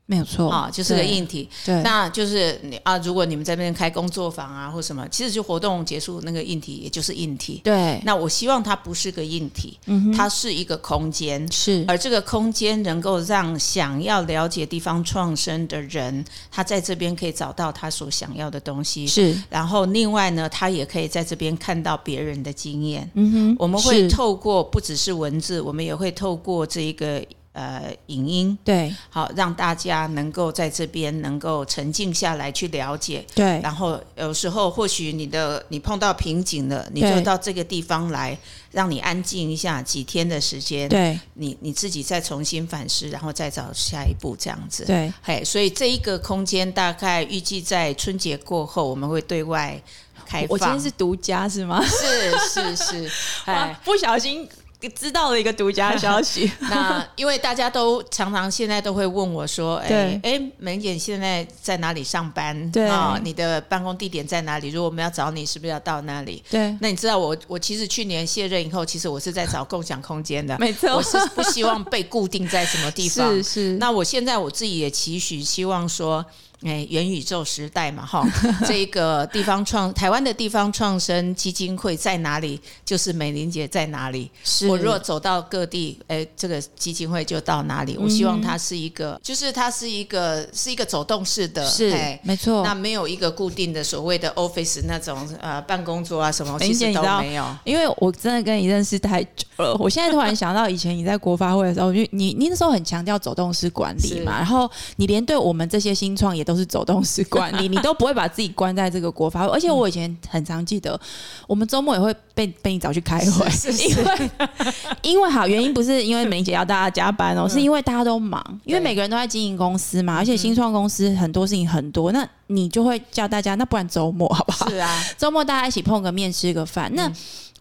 A: 没有错
B: 啊、就是个
A: 哦对
B: 硬体。
A: 对
B: 那就是你啊，如果你们在那边开工作坊啊或什么，其实就活动结束那个硬体也就是硬体。
A: 对，
B: 那我希望它不是个硬体，
A: 嗯哼，
B: 它是一个空间，
A: 是
B: 而这个空间能够让想要了解地方创生的人，他在这边可以找到他所想要的东西。
A: 是，
B: 然后另外呢，他也可以在这边看到别人的经验。
A: 嗯哼，
B: 我们会
A: 是
B: 透过不只是文字，我们也会透过这一个呃影音，
A: 对
B: 好让大家能够在这边能够沉静下来去了解。
A: 对
B: 然后有时候或许你的你碰到瓶颈了，你就
A: 对
B: 到这个地方来，让你安静一下几天的时间，
A: 对
B: 你你自己再重新反思，然后再找下一步这样子。
A: 对，
B: 嘿，所以这一个空间大概预计在春节过后我们会对外开放。
A: 我今天是独家是吗？
B: 是是是，
A: 哇
B: 哎，，
A: 不小心知道了一个独 家消息，
B: 那因为大家都常常现在都会问我说，哎
A: 对
B: 哎，梅姐现在在哪里上班？
A: 对
B: 啊你的办公地点在哪里？如果我们要找你，是不是要到那里？
A: 对，
B: 那你知道我，我其实去年卸任以后，其实我是在找共享空间的，
A: 没错
B: 我，是不希望被固定在什么地方。
A: 是是，
B: 那我现在我自己也期许，希望说，哎，元宇宙时代嘛，哈， 这个地方创台湾的地方创生基金会在哪里，就是美玲姐在哪里。
A: 是
B: 我若走到各地，哎，这个基金会就到哪里。我希
A: 嗯
B: 望它是一个，就是它是一个是一个走动式的，
A: 是
B: 哎
A: 没错，
B: 那没有一个固定的所谓的 office 那种呃办公桌啊什么，
A: 梅
B: 其
A: 姐
B: 实
A: 哎你
B: 都
A: 知道
B: 没有。
A: 因为我真的跟你认识太久了，我现在突然想到以前你在国发会的时候，就你你那时候很强调走动式管理嘛，
B: 是
A: 然后你连对我们这些新创也都是走动式管 理，你都不会把自己关在这个国发会，而且我以前很常记得，我们周末也会被被你找去开会，
B: 是是
A: 因 为因为好原因不是因为梅姐要大家加班哦，是因为大家都忙，因为
B: 嗯对嗯
A: 每个人都在经营公司嘛，而且新创公司很多事情很多，那你就会叫大家，那不然周末好不好？
B: 是啊，
A: 周末大家一起碰个面吃个饭。那、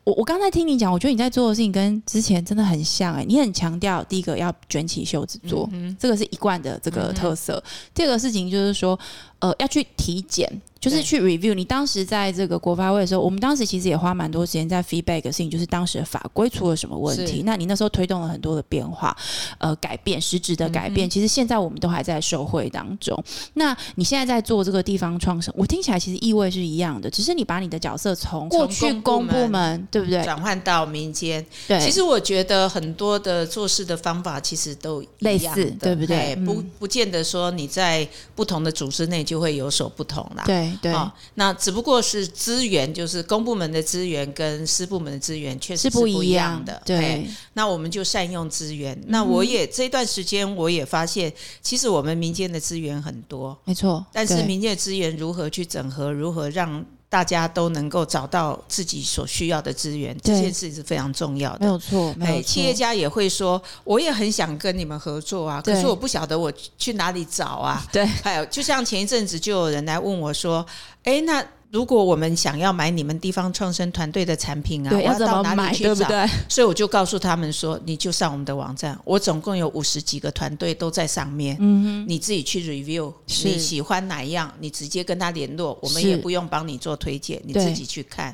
A: 我我刚才听你讲，我觉得你在做的事情跟之前真的很像哎、你很强调第一个要卷起袖子做，
B: 嗯
A: 这个是一贯的这个特色。第二个事情就是说，呃，要去体检，就是
B: 对
A: 去 review。你当时在这个国发会的时候，我们当时其实也花蛮多时间在 feedback 的事情，就是当时的法规出了什么问题
B: 是。
A: 那你那时候推动了很多的变化，呃，改变实质
B: 嗯
A: 的改变，其实现在我们都还在受惠当中。那你现在在做这个地方创生，我听起来其实意味是一样的，只是你把你的角色从过去
B: 从公
A: 公
B: 部门
A: 部门，对不对？
B: 转换到民间，
A: 对，
B: 其实我觉得很多的做事的方法其实都一
A: 类
B: 样
A: 似
B: 的
A: 对不对
B: 哎不
A: 嗯
B: 不见得说你在不同的组织内就会有所不同啦。
A: 对对，
B: 啊那只不过是资源，就是公部门的资源跟私部门的资源确实
A: 是
B: 不
A: 不
B: 一
A: 一
B: 样的。哎
A: 对，嗯
B: 那我们就善用资源。那我也这段时间我也发现，其实我们民间的资源很多，
A: 没错。
B: 但是
A: 对
B: 民间的资源如何去整合，如何让大家都能够找到自己所需要的资源，这
A: 对
B: 件事是非常重要
A: 没
B: 的。
A: 有错，没
B: 哎，
A: 有
B: 企业
A: 错，
B: 家也会说，我也很想跟你们合作啊，可
A: 对
B: 是我不晓得我去哪里找啊。
A: 对
B: 还有，就像前一阵子就有人来问我说，哎，那。如果我们想要买你们地方创生团队的产品啊，我
A: 对，要怎
B: 到
A: 么
B: 哪
A: 买，
B: 里去
A: 对不
B: 找？
A: 对？
B: 所以我就告诉他们说，你就上我们的网站，我总共有五十几个团队都在上面，嗯你自己去 review，
A: 是
B: 你喜欢哪一样，你直接跟他联络，我们
A: 是
B: 也不用帮你做推荐，你
A: 对嗯
B: 自己去看。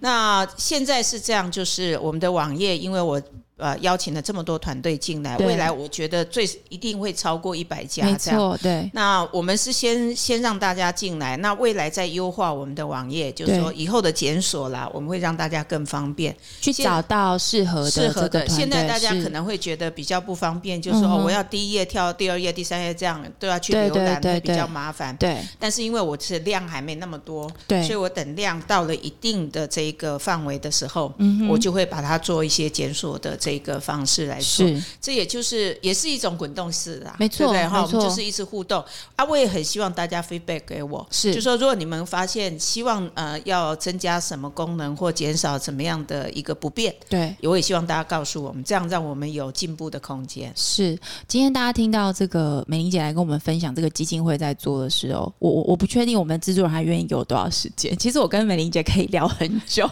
B: 那现在是这样，就是我们的网页，因为我。呃，邀请了这么多团队进来，
A: 对
B: 未来我觉得最一定会超过一百家
A: 没
B: 这样。
A: 错，对，
B: 那我们是先先让大家进来，那未来再优化我们的网页，就是
A: 对
B: 说以后的检索啦，我们会让大家更方便。
A: 去
B: 现
A: 找到适合的
B: 适
A: 这
B: 合
A: 个
B: 的。
A: 团
B: 现在
A: 队
B: 大家
A: 是
B: 可能会觉得比较不方便，就是说、
A: 嗯
B: 哦
A: 哼
B: 我要第一页跳第二页、第三页这样都要去
A: 对
B: 浏览，
A: 对对
B: 会比
A: 对
B: 较麻烦。
A: 对
B: 但是因为我是量还没那么多，
A: 对
B: 所以我等量到了一定的这个范围的时候，嗯、我就会把它做一些检索的这个方式来做。
A: 是
B: 这也就是也是一种滚动式啦，
A: 没错
B: 对不对哈？
A: 没
B: 我
A: 错
B: 们就是一直互动啊。我也很希望大家 feedback 给我，
A: 是
B: 就说如果你们发现希望呃要增加什么功能或减少怎么样的一个不便，
A: 对。
B: 我也希望大家告诉我们，这样让我们有进步的空间。
A: 是，今天大家听到这个美玲姐来跟我们分享这个基金会在做的时候，我我我不确定我们制作人还愿意给我多少时间。其实我跟美玲姐可以聊很久，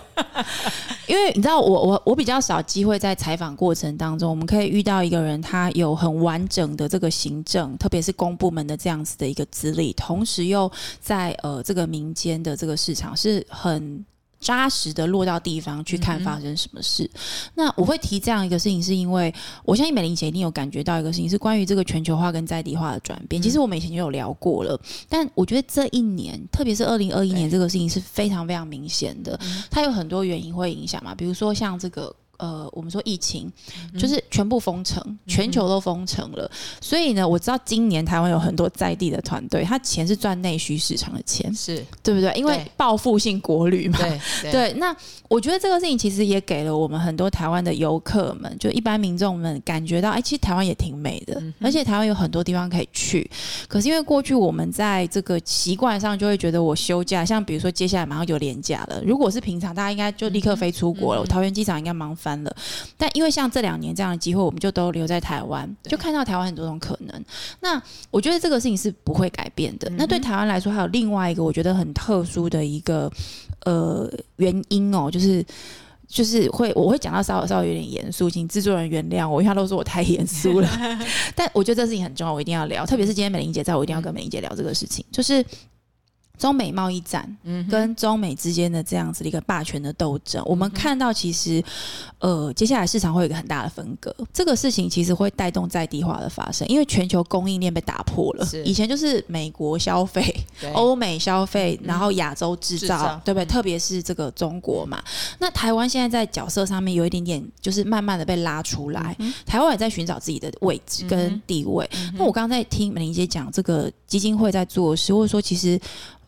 A: 因为你知道我我我比较少机会在采访过程当中，我们可以遇到一个人，他有很完整的这个行政，特别是公部门的这样子的一个资历，同时又在呃这个民间的这个市场是很。扎实的落到地方去看发生什么事。那我会提这样一个事情，是因为我相信美玲姐一定有感觉到一个事情，是关于这个全球化跟在地化的转变。其实我们以前就有聊过了，但我觉得这一年，特别是二零二一年这个事情是非常非常明显的，它有很多原因会影响嘛，比如说像这个。呃，我们说疫情就是全部封城，全球都封城了。所以呢，我知道今年台湾有很多在地的团队，他钱是赚内需市场的钱，
B: 是
A: 对不对？因为
B: 对
A: 报复性国旅嘛，
B: 对对
A: 对，那我觉得这个事情其实也给了我们很多台湾的游客们，就一般民众们感觉到，哎，其实台湾也挺美的，而且台湾有很多地方可以去。可是因为过去我们在这个习惯上就会觉得，我休假，像比如说接下来马上就廉假了，如果是平常，大家应该就立刻飞出国了，我桃园机场应该忙翻了。但因为像这两年这样的机会，我们就都留在台湾，就看到台湾很多种可能。那我觉得这个事情是不会改变的。那对台湾来说，还有另外一个我觉得很特殊的一个呃原因哦，就是就是会我会讲到稍微稍微有点严肃，请制作人原谅我，因为他都说我太严肃了。但我觉得这事情很重要，我一定要聊，特别是今天美玲姐在，我一定要跟美玲姐聊这个事情，就是。中美贸易战
B: 嗯
A: 跟中美之间的这样子的一个霸权的斗争，我
B: 嗯
A: 们看到其实，呃，接下来市场会有一个很大的分割。这个事情其实会带动在地化的发生，因为全球供应链被打破了
B: 是。
A: 以前就是美国消费，
B: 对
A: 欧美消费，然后亚洲制
B: 嗯制
A: 造，
B: 造嗯
A: 对不对？特别是这个中国嘛，那台湾现在在角色上面有一点点，就是慢慢的被拉出来，
B: 嗯
A: 台湾也在寻找自己的位置跟地位。那我刚刚在听美玲姐讲这个基金会在做的事，或者说其实。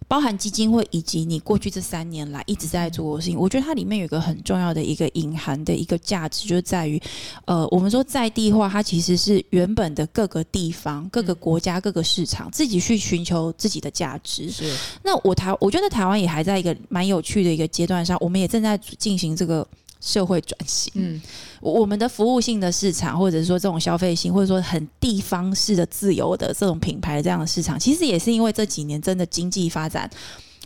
A: 包含基金会以及你过去这三年来一直在做的事情，我觉得它里面有一个很重要的一个隐含的一个价值，就是在于呃，我们说在地化，它其实是原本的各个地方、各个国家、各个市场自己去寻求自己的价值。
B: 是
A: 那我台，我觉得台湾也还在一个蛮有趣的一个阶段上，我们也正在进行这个。社会转型，嗯，我们的服务性的市场，或者是说这种消费性，或者说很地方式的自由的这种品牌的这样的市场，其实也是因为这几年真的经济发展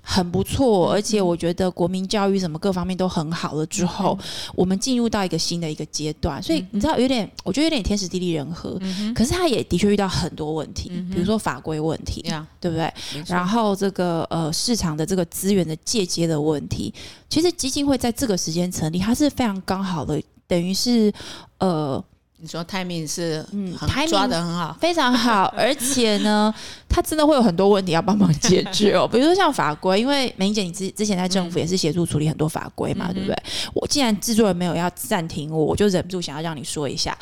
A: 很不错，而且我觉得国民教育什么各方面都很好了之后，我们进入到一个新的一个阶段，所以你知道有点，我觉得有点天时地利人和，可是他也的确遇到很多问题，比如说法规问题，
B: 呀，
A: 对不对？
B: 没错
A: 然后这个呃市场的这个资源的借接的问题，其实基金会在这个时间成立，它是非常刚好的，等于是呃
B: 你说 timing 是
A: 嗯
B: 很
A: timing
B: 抓的很好，
A: 非常好，而且呢， 它真的会有很多问题要帮忙解决 哦，比如说像法规，因为梅英姐你之之前在政府也是协助处理很多法规嘛，对不对？我既然制作人没有要暂停我，我就忍不住想要让你说一下。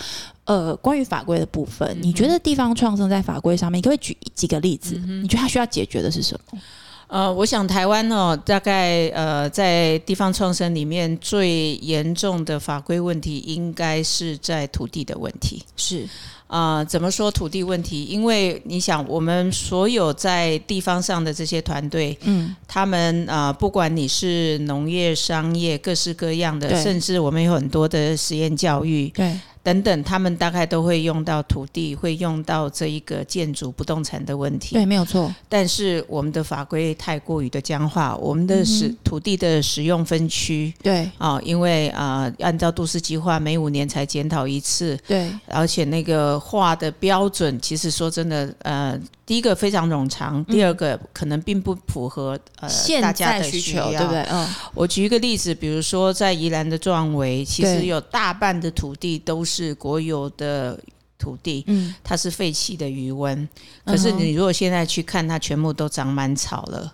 A: 呃，关于法规的部分，你觉得地方创生在法规上面，你可不可以举几个例子？你觉得它需要解决的是什么？
B: 呃，我想台湾哦，大概呃，在地方创生里面最严重的法规问题，应该是在土地的问题。
A: 是
B: 啊、怎么说土地问题？因为你想，我们所有在地方上的这些团队，
A: 嗯，
B: 他们啊、不管你是农业、商业，各式各样的
A: 对，
B: 甚至我们有很多的实验教育，
A: 对，
B: 等等，他们大概都会用到土地，会用到这一个建筑不动产的问题。
A: 对，没有错。
B: 但是我们的法规太过于的僵化，我们的
A: 嗯
B: 使、土地的使用分区
A: 对
B: 啊、因为啊、按照都市计划每五年才检讨一次，
A: 对，
B: 而且那个画的标准，其实说真的，呃，第一个非常冗长，
A: 嗯
B: 第二个可能并不符合呃
A: 现
B: 大家
A: 在
B: 的
A: 需
B: 要
A: 求对不对？嗯，
B: 我举一个例子，比如说在宜兰的壮围，其实
A: 对
B: 有大半的土地都是国有的土地，
A: 嗯，
B: 它是废弃的余温。可是
A: 嗯哼
B: 你如果现在去看，它全部都长满草了，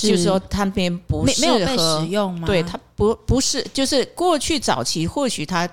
B: 就是说它那边不
A: 没没
B: 适
A: 有被
B: 合
A: 使，用吗？
B: 对它不不是，就是过去早期或许它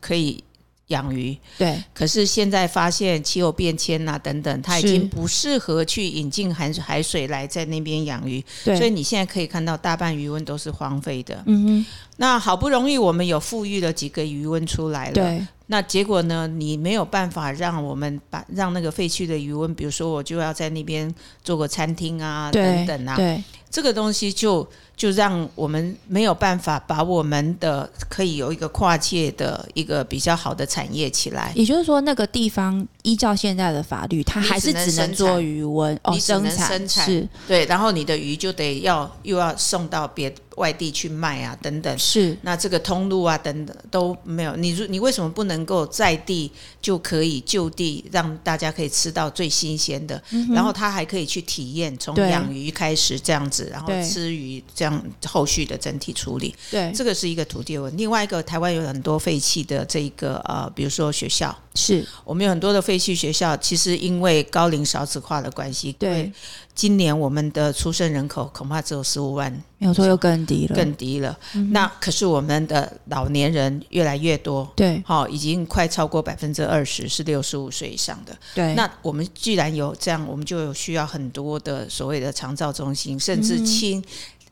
B: 可以养鱼，
A: 对
B: 可是现在发现气候变迁呐、等等，它已
A: 是
B: 经不适合去引进海海水来在那边养鱼，
A: 对，
B: 所以你现在可以看到大半余温都是荒废的。
A: 嗯哼，
B: 那好不容易我们有富裕了几个余温出来了，
A: 对
B: 那结果呢？你没有办法让我们把让那个废弃的余温，比如说我就要在那边做个餐厅啊，等
A: 对
B: 等啊，
A: 对
B: 这个东西就就让我们没有办法把我们的可以有一个跨界的一个比较好的产业起来。
A: 也就是说，那个地方依照现在的法律，它
B: 你
A: 还
B: 只
A: 是
B: 能
A: 只
B: 生
A: 能
B: 产
A: 做余温哦，
B: 你只能
A: 产
B: 生产
A: 是
B: 对，然后你的鱼就得要又要送到别外地去卖啊，等等。
A: 是
B: 那这个通路啊等等都没有，你如你为什么不能够在地就可以就地让大家可以吃到最新鲜的，
A: 嗯
B: 然后他还可以去体验从
A: 对
B: 养鱼开始这样子，然后
A: 对
B: 吃鱼这样后续的整体处理，
A: 对
B: 这个是一个土地问。另外一个，台湾有很多废弃的这一个呃，比如说学校，
A: 是
B: 我们有很多的废弃学校，其实因为高龄少子化的关系，
A: 对，，
B: 今年我们的出生人口恐怕只有十五万
A: 没有错，又更低了，
B: 更低了。
A: 嗯
B: 那可是我们的老年人越来越多，
A: 对
B: 好、已经快超过百分之二十是六十五岁以上的。
A: 对
B: 那我们既然有这样，我们就有需要很多的所谓的长照中心，甚
A: 嗯
B: 至亲。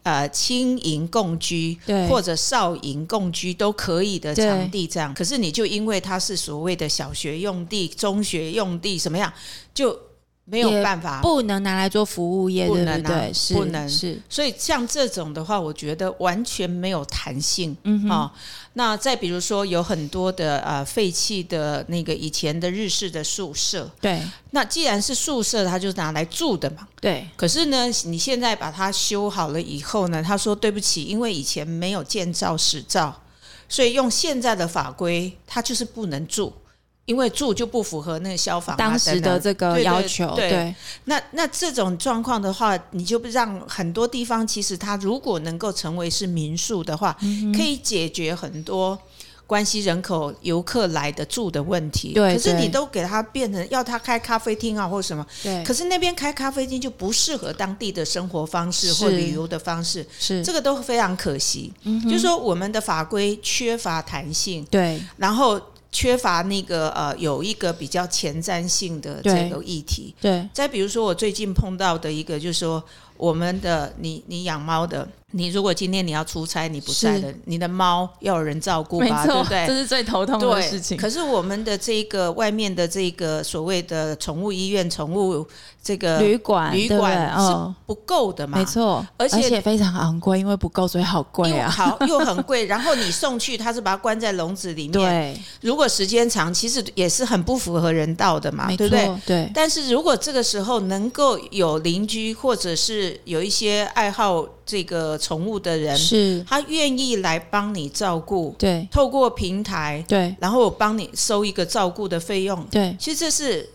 B: 呃，轻盈共居
A: 对
B: 或者少营共居都可以的
A: 对
B: 场地，这样。可是你就因为它是所谓的小学用地、中学用地，什么样，就没有
A: 也
B: 办法
A: 不能拿来做服务业，
B: 不
A: 对
B: 能啊
A: 对？是
B: 不能
A: 是
B: 所以像这种的话，我觉得完全没有弹性啊、
A: 嗯哼
B: 哦那再比如说，有很多的呃废弃的那个以前的日式的宿舍，
A: 对
B: 那既然是宿舍，它就是拿来住的嘛。
A: 对
B: 可是呢，你现在把它修好了以后呢，他说对不起，因为以前没有建造实照，所以用现在的法规，它就是不能住。因为住就不符合那个消防、啊、
A: 当时
B: 等
A: 的
B: 等
A: 这个
B: 对对
A: 要求，
B: 对
A: 对
B: 那那这种状况的话，你就让很多地方其实它如果能够成为是民宿的话，
A: 嗯
B: 可以解决很多关系人口游客来的住的问题。
A: 对
B: 可是
A: 对
B: 你都给它变成要他开咖啡厅啊或什么，
A: 对
B: 可是那边开咖啡厅就不适合当地的生活方式
A: 是嗯
B: 或旅游的方式，
A: 是
B: 这个都非常可惜。就是说我们的法规缺乏弹性，
A: 对
B: 然后缺乏那个呃有一个比较前瞻性的这
A: 对
B: 个议题。
A: 对
B: 再比如说，我最近碰到的一个，就是说，我们的你你养猫的，你如果今天你要出差，你不在了，你的猫要有人照顾吧，对不对？
A: 是最头痛
B: 对，可是我们的这个外面的这个所谓的宠物医院、宠物这个
A: 呃旅馆
B: 旅
A: 对不对
B: 馆是
A: 哦。
B: 不够的嘛？
A: 没，错，
B: 而且
A: 非常昂贵，因为不够，所以好贵
B: 又
A: 啊。
B: 好又很 贵，然后你送去，它是把它关在笼子里面，
A: 对，
B: 如果时间长，其实也是很不符合人道的嘛，
A: 没
B: 对
A: 错
B: 不对？，
A: 对
B: 但是如果这个时候能够有邻居或者是有一些爱好这个宠物的人，
A: 是，
B: 他愿意来帮你照顾，
A: 对
B: 透过平台，
A: 对
B: 然后我帮你收一个照顾的费用，
A: 对
B: 其实这是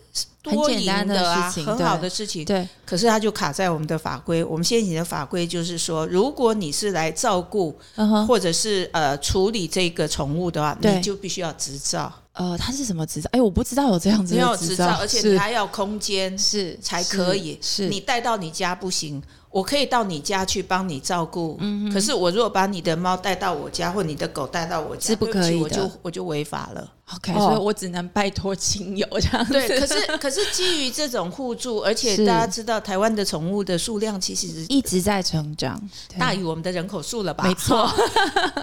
A: 很
B: 多
A: 简
B: 赢
A: 单的
B: 啊，
A: 事情
B: 很好的事情。
A: 对
B: 可是它就卡在我们的法规，我们现行的法规就是说，如果你是来照顾
A: 嗯哼，
B: 或者是呃处理这个宠物的话，
A: 对
B: 你就必须要执照，
A: 呃，它是什么执照？哎，我不知道有这样子
B: 你要有
A: 的
B: 执
A: 照
B: 照，，而且你还要有空间，
A: 是是
B: 才可以
A: 是
B: 你带到你家不行，我可以到你家去帮你照顾。
A: 嗯
B: 可是我如果把你的猫带到我家，或你的狗带到我家，
A: 是不
B: 对不
A: 可
B: 起
A: 以
B: 我就
A: 的
B: 我就违法 了。
A: OK，
B: 哦
A: 所以我只能拜托亲友这样子。
B: 对，可是可是基于这种互助，而且
A: 是
B: 大家知道台湾的宠物的数量其 实
A: 一直在成长，对
B: 大于我们的人口数了吧？
A: 没错，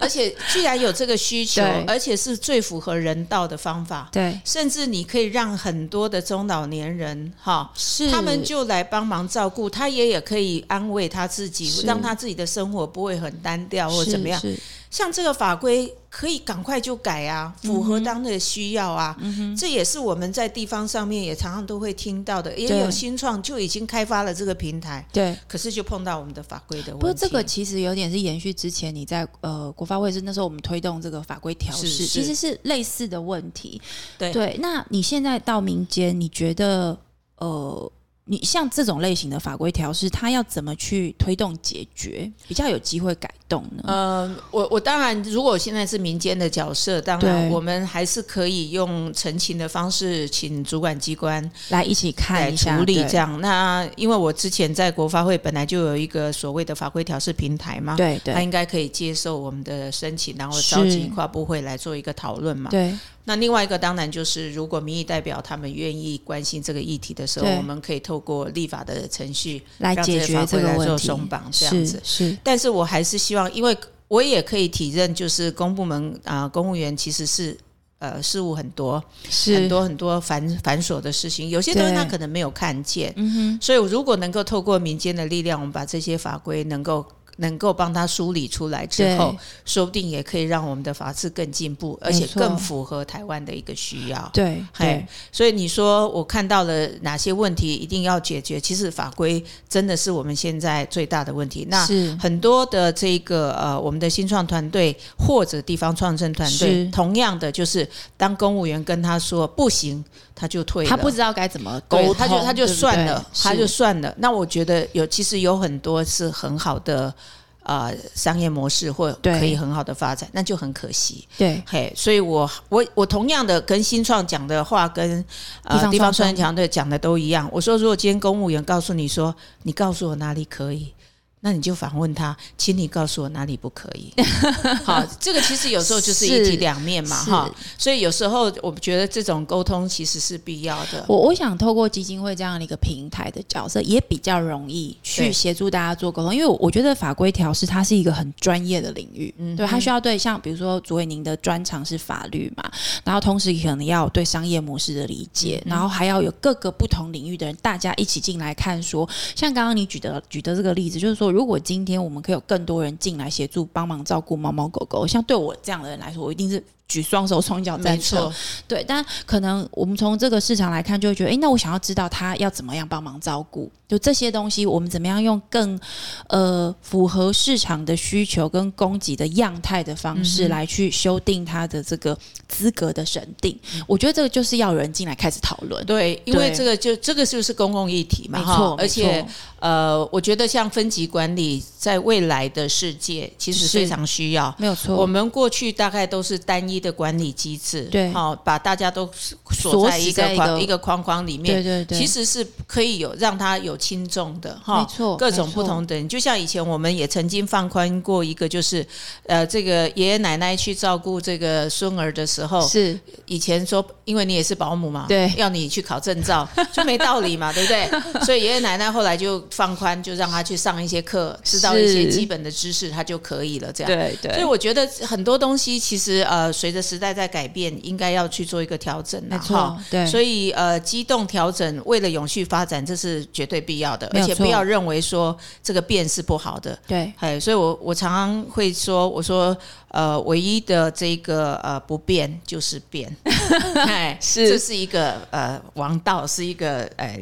B: 而且居然有这个需求
A: 对，
B: 而且是最符合人道的方法，
A: 对，
B: 甚至你可以让很多的中老年人哈。
A: 是
B: 他们就来帮忙照顾，他也也可以安慰他自己，
A: 是
B: 让他自己的生活不会很单调或怎么样。
A: 是是
B: 像这个法规可以赶快就改啊，符
A: 嗯
B: 合当地的需要啊。这也是我们在地方上面也常常都会听到的，也
A: 对
B: 有新创就已经开发了这个平台，
A: 对。
B: 可是就碰到我们的法规的问题。
A: 不过这个其实有点是延续之前你在呃国发会是那时候我们推动这个法规调试，
B: 是是
A: 其实是类似的问题。
B: 对
A: 那你现在到民间，你觉得呃，你像这种类型的法规调试，它要怎么去推动解决，比较有机会改动呢？
B: 呃，我我当然，如果我现在是民间的角色，当然
A: 对
B: 我们还是可以用澄清的方式，请主管机关
A: 来一起
B: 来
A: 看一下
B: 处理
A: 对
B: 这样。那因为我之前在国发会本来就有一个所谓的法规调试平台嘛，
A: 对
B: 他
A: 对
B: 应该可以接受我们的申请，然后
A: 是
B: 召集跨部会来做一个讨论嘛。
A: 对
B: 那另外一个当然就是，如果民意代表他们愿意关心这个议题的时候，
A: 对
B: 我们可以透过立法的程序
A: 来
B: 让
A: 解
B: 这些
A: 决
B: 法
A: 这
B: 规
A: 个
B: 来
A: 问
B: 做
A: 题，
B: 松绑这样
A: 是
B: 子。
A: 是
B: 但是我还是希望，因为我也可以体认，就是公部门啊、公务员其实是呃事务很多，
A: 是
B: 很多很多繁繁琐的事情，有些东西
A: 对
B: 他可能没有看见。
A: 嗯
B: 所以如果能够透过民间的力量，我们把这些法规能够。能够帮他梳理出来之
A: 对
B: 后，说不定也可以让我们的法治更进步，而
A: 没
B: 且
A: 错
B: 更符合台湾的一个需要。
A: 对对
B: 哦嘿，所以你说我看到了哪些问题一定要解决？其实法规真的是我们现在最大的问题。那
A: 是
B: 很多的这个呃，我们的新创团队或者地方创生团队
A: 是，
B: 同样的就是当公务员跟他说不行，他就退了，
A: 他不知道该怎么沟
B: 对
A: 通，
B: 他就他就
A: 对不
B: 算
A: 对
B: 了，他
A: 是
B: 就算了。那我觉得有其实有很多是很好的呃商业模式或
A: 对
B: 可以很好的发展，那就很可惜。
A: 对
B: 嘿，所以我我我同样的跟新创讲的话，跟
A: 地
B: 呃
A: 方
B: 地方
A: 创
B: 创业强队讲的都一样。我说，如果今天公务员告诉你说，你告诉我哪里可以。那你就反问他，请你告诉我哪里不可以。 好，这个其实有时候就是一体
A: 是
B: 两面嘛，
A: 是
B: 哈。所以有时候我觉得这种沟通其实是必要的。
A: 我我想透过基金会这样的一个平台的角色，也比较容易
B: 对
A: 去协助大家做沟通，因为我我觉得法规调试它是一个很专业的领域，嗯、对，它需要对像比如说主委您的专长是法律嘛，然后同时可能要有对商业模式的理
B: 嗯
A: 解，然后还要有各个不同领域的人大家一起进来看说，像刚刚你举的举的这个例子，就是说如果今天我们可以有更多人进来协助帮忙照顾猫猫狗狗，像对我这样的人来说，我一定是举双手双脚
B: 没
A: 赞成
B: 错，，
A: 对，但可能我们从这个市场来看，就会觉得，诶，那我想要知道他要怎么样帮忙照顾，就这些东西，我们怎么样用更呃符合市场的需求跟供给的样态的方
B: 嗯
A: 式来去修订他的这个资格的审定？我觉得这个就是要有人进来开始讨论，
B: 嗯对，因为
A: 对
B: 这个就这个就是公共议题嘛，
A: 没
B: 哈
A: 错，，
B: 而且
A: 没错
B: 呃，我觉得像分级管理在未来的世界其实
A: 是
B: 非常需要。
A: 没有
B: 我
A: 错，
B: 们过去大概都是单一的管理机制，
A: 对
B: 好、把大家都锁
A: 锁
B: 在
A: 死
B: 一个
A: 在一
B: 框
A: 个
B: 一个框框里面
A: 对，对对，
B: 其实是可以有让它有轻重的哈
A: 没，错
B: 各种
A: 没
B: 不
A: 错
B: 同的人，就像以前我们也曾经放宽过一个，就是呃，这个爷爷奶奶去照顾这个孙儿的时候，
A: 是
B: 以前说，因为你也是保姆嘛，
A: 对
B: 要你去考证 照就没道理嘛，对不对？所以爷爷奶奶后来就放宽，就让他去上一些课，知道一些
A: 是
B: 基本的知识，他就可以了，这样。
A: 对
B: 所以
A: 对，
B: 我觉得很多东西其实呃，随着时代在改变，应该要去做一个调整啦
A: 没
B: 哈
A: 错，对，
B: 所以呃，机动调整为了永续发展，这是绝对必要的，
A: 没
B: 而
A: 有
B: 且
A: 错
B: 不要认为说这个变是不好的。
A: 对
B: 哎，所以我我常常会说，我说呃，唯一的这个呃不变就是 变，哎，
A: 是
B: 这是一个呃王道，是一个呃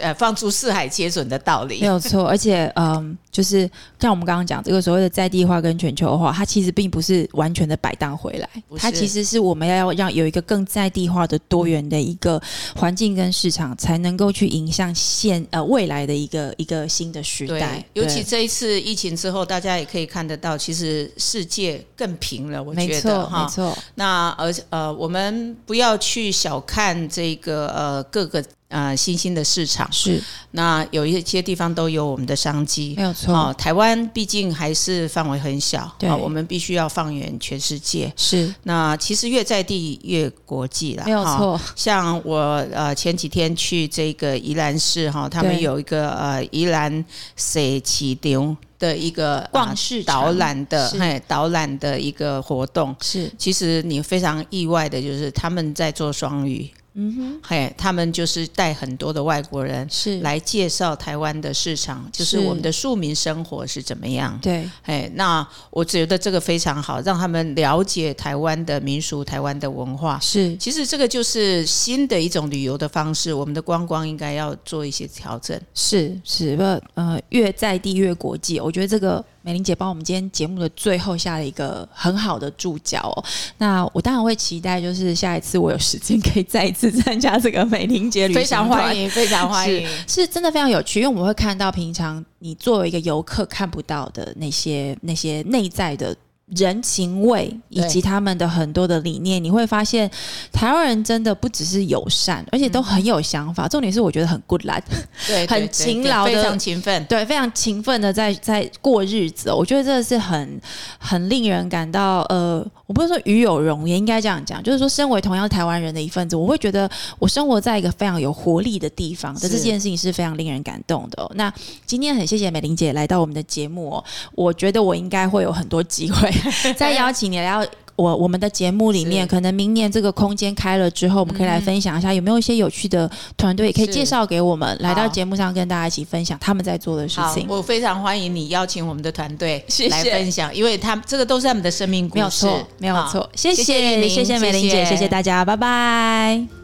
B: 呃放诸四海皆准的道理
A: 没。有 错，而且嗯，就是像我们刚刚讲这个所谓的在地化跟全球化，它其实并不是完全的摆荡回来
B: 不，是
A: 它其实是我们要让有一个更在地化的多元的一个环境跟市场，才能够去迎向现呃未来的一个一个新的时
B: 对
A: 代，，
B: 尤
A: 对
B: 其这一次疫情之后，大家也可以看得到，其实世界更平了。我
A: 没
B: 觉得
A: 错
B: 哈，
A: 没错，
B: 那而呃，我们不要去小看这个呃各个呃新兴的市场，
A: 是
B: 那有一些地方都有我们的商机
A: 没。有
B: 哦
A: 错，，
B: 台湾毕竟还是范围很小，
A: 嗯对
B: 啊我们必须要放眼全世界。
A: 是
B: 那其实越在地越国际啦，
A: 没有
B: 哈
A: 错，
B: 像我呃前几天去这个宜兰市哈，他们
A: 对
B: 有一个呃宜兰水起丢的一个
A: 逛
B: 市
A: 场
B: 导览的，
A: 是
B: 嘿，导览的一个活动。
A: 是
B: 其实你非常意外的就是他们在做双语，
A: 嗯哼，
B: 嘿，他们就是带很多的外国人
A: 是
B: 来介绍台湾的市场，就是
A: 是
B: 我们的庶民生活是怎么样。
A: 对，
B: 哎，那我觉得这个非常好，让他们了解台湾的民俗、台湾的文化。
A: 是
B: 其实这个就是新的一种旅游的方式，我们的观光应该要做一些调整。
A: 是是，不呃，越在地越国际，哦我觉得这个美玲姐帮我们今天节目的最后下了一个很好的注脚哦。那我当然会期待，就是下一次我有时间可以再一次参加这个美玲姐旅
B: 非
A: 行
B: 常
A: 团
B: 欢迎，非常欢迎。
A: 是真的非常有趣，因为我们会看到平常你作为一个游客看不到的那些那些内在的人情味，以
B: 对
A: 及他们的很多的理念，你会发现台湾人真的不只是友善，而且
B: 嗯
A: 都很有想法。重点是我觉得很 good luck，
B: 对，对
A: 很
B: 对
A: 勤
B: 对
A: 劳
B: 非
A: 的
B: 常勤奋。
A: 对，非常勤奋的在在过日子哦、我觉得这是很很令人感到呃，我不是说与有荣也应该这样讲，就是说身为同样台湾人的一份子，我会觉得我生活在一个非常有活力的地方，这
B: 是
A: 这件事情是非常令人感动的哦、那今天很谢谢美玲姐来到我们的节目哦、我觉得我应该会有很多机会再邀请你来到。我我们的节目里面，
B: 是
A: 可能明年这个空间开了之后，我们可以来分享一下有没有一些有趣的团队，也可以
B: 是
A: 介绍给我们，来到
B: 好
A: 节目上跟大家一起分享他们在做的事
B: 好
A: 情，。
B: 我非常欢迎你邀请我们的团队
A: 谢谢
B: 来分享，因为他们这个都是他们的生命故事，
A: 没有错，没有
B: 好
A: 错。谢
B: 谢谢
A: 谢，
B: 您
A: 谢谢美玲姐，谢
B: 谢谢
A: 谢大家，拜拜。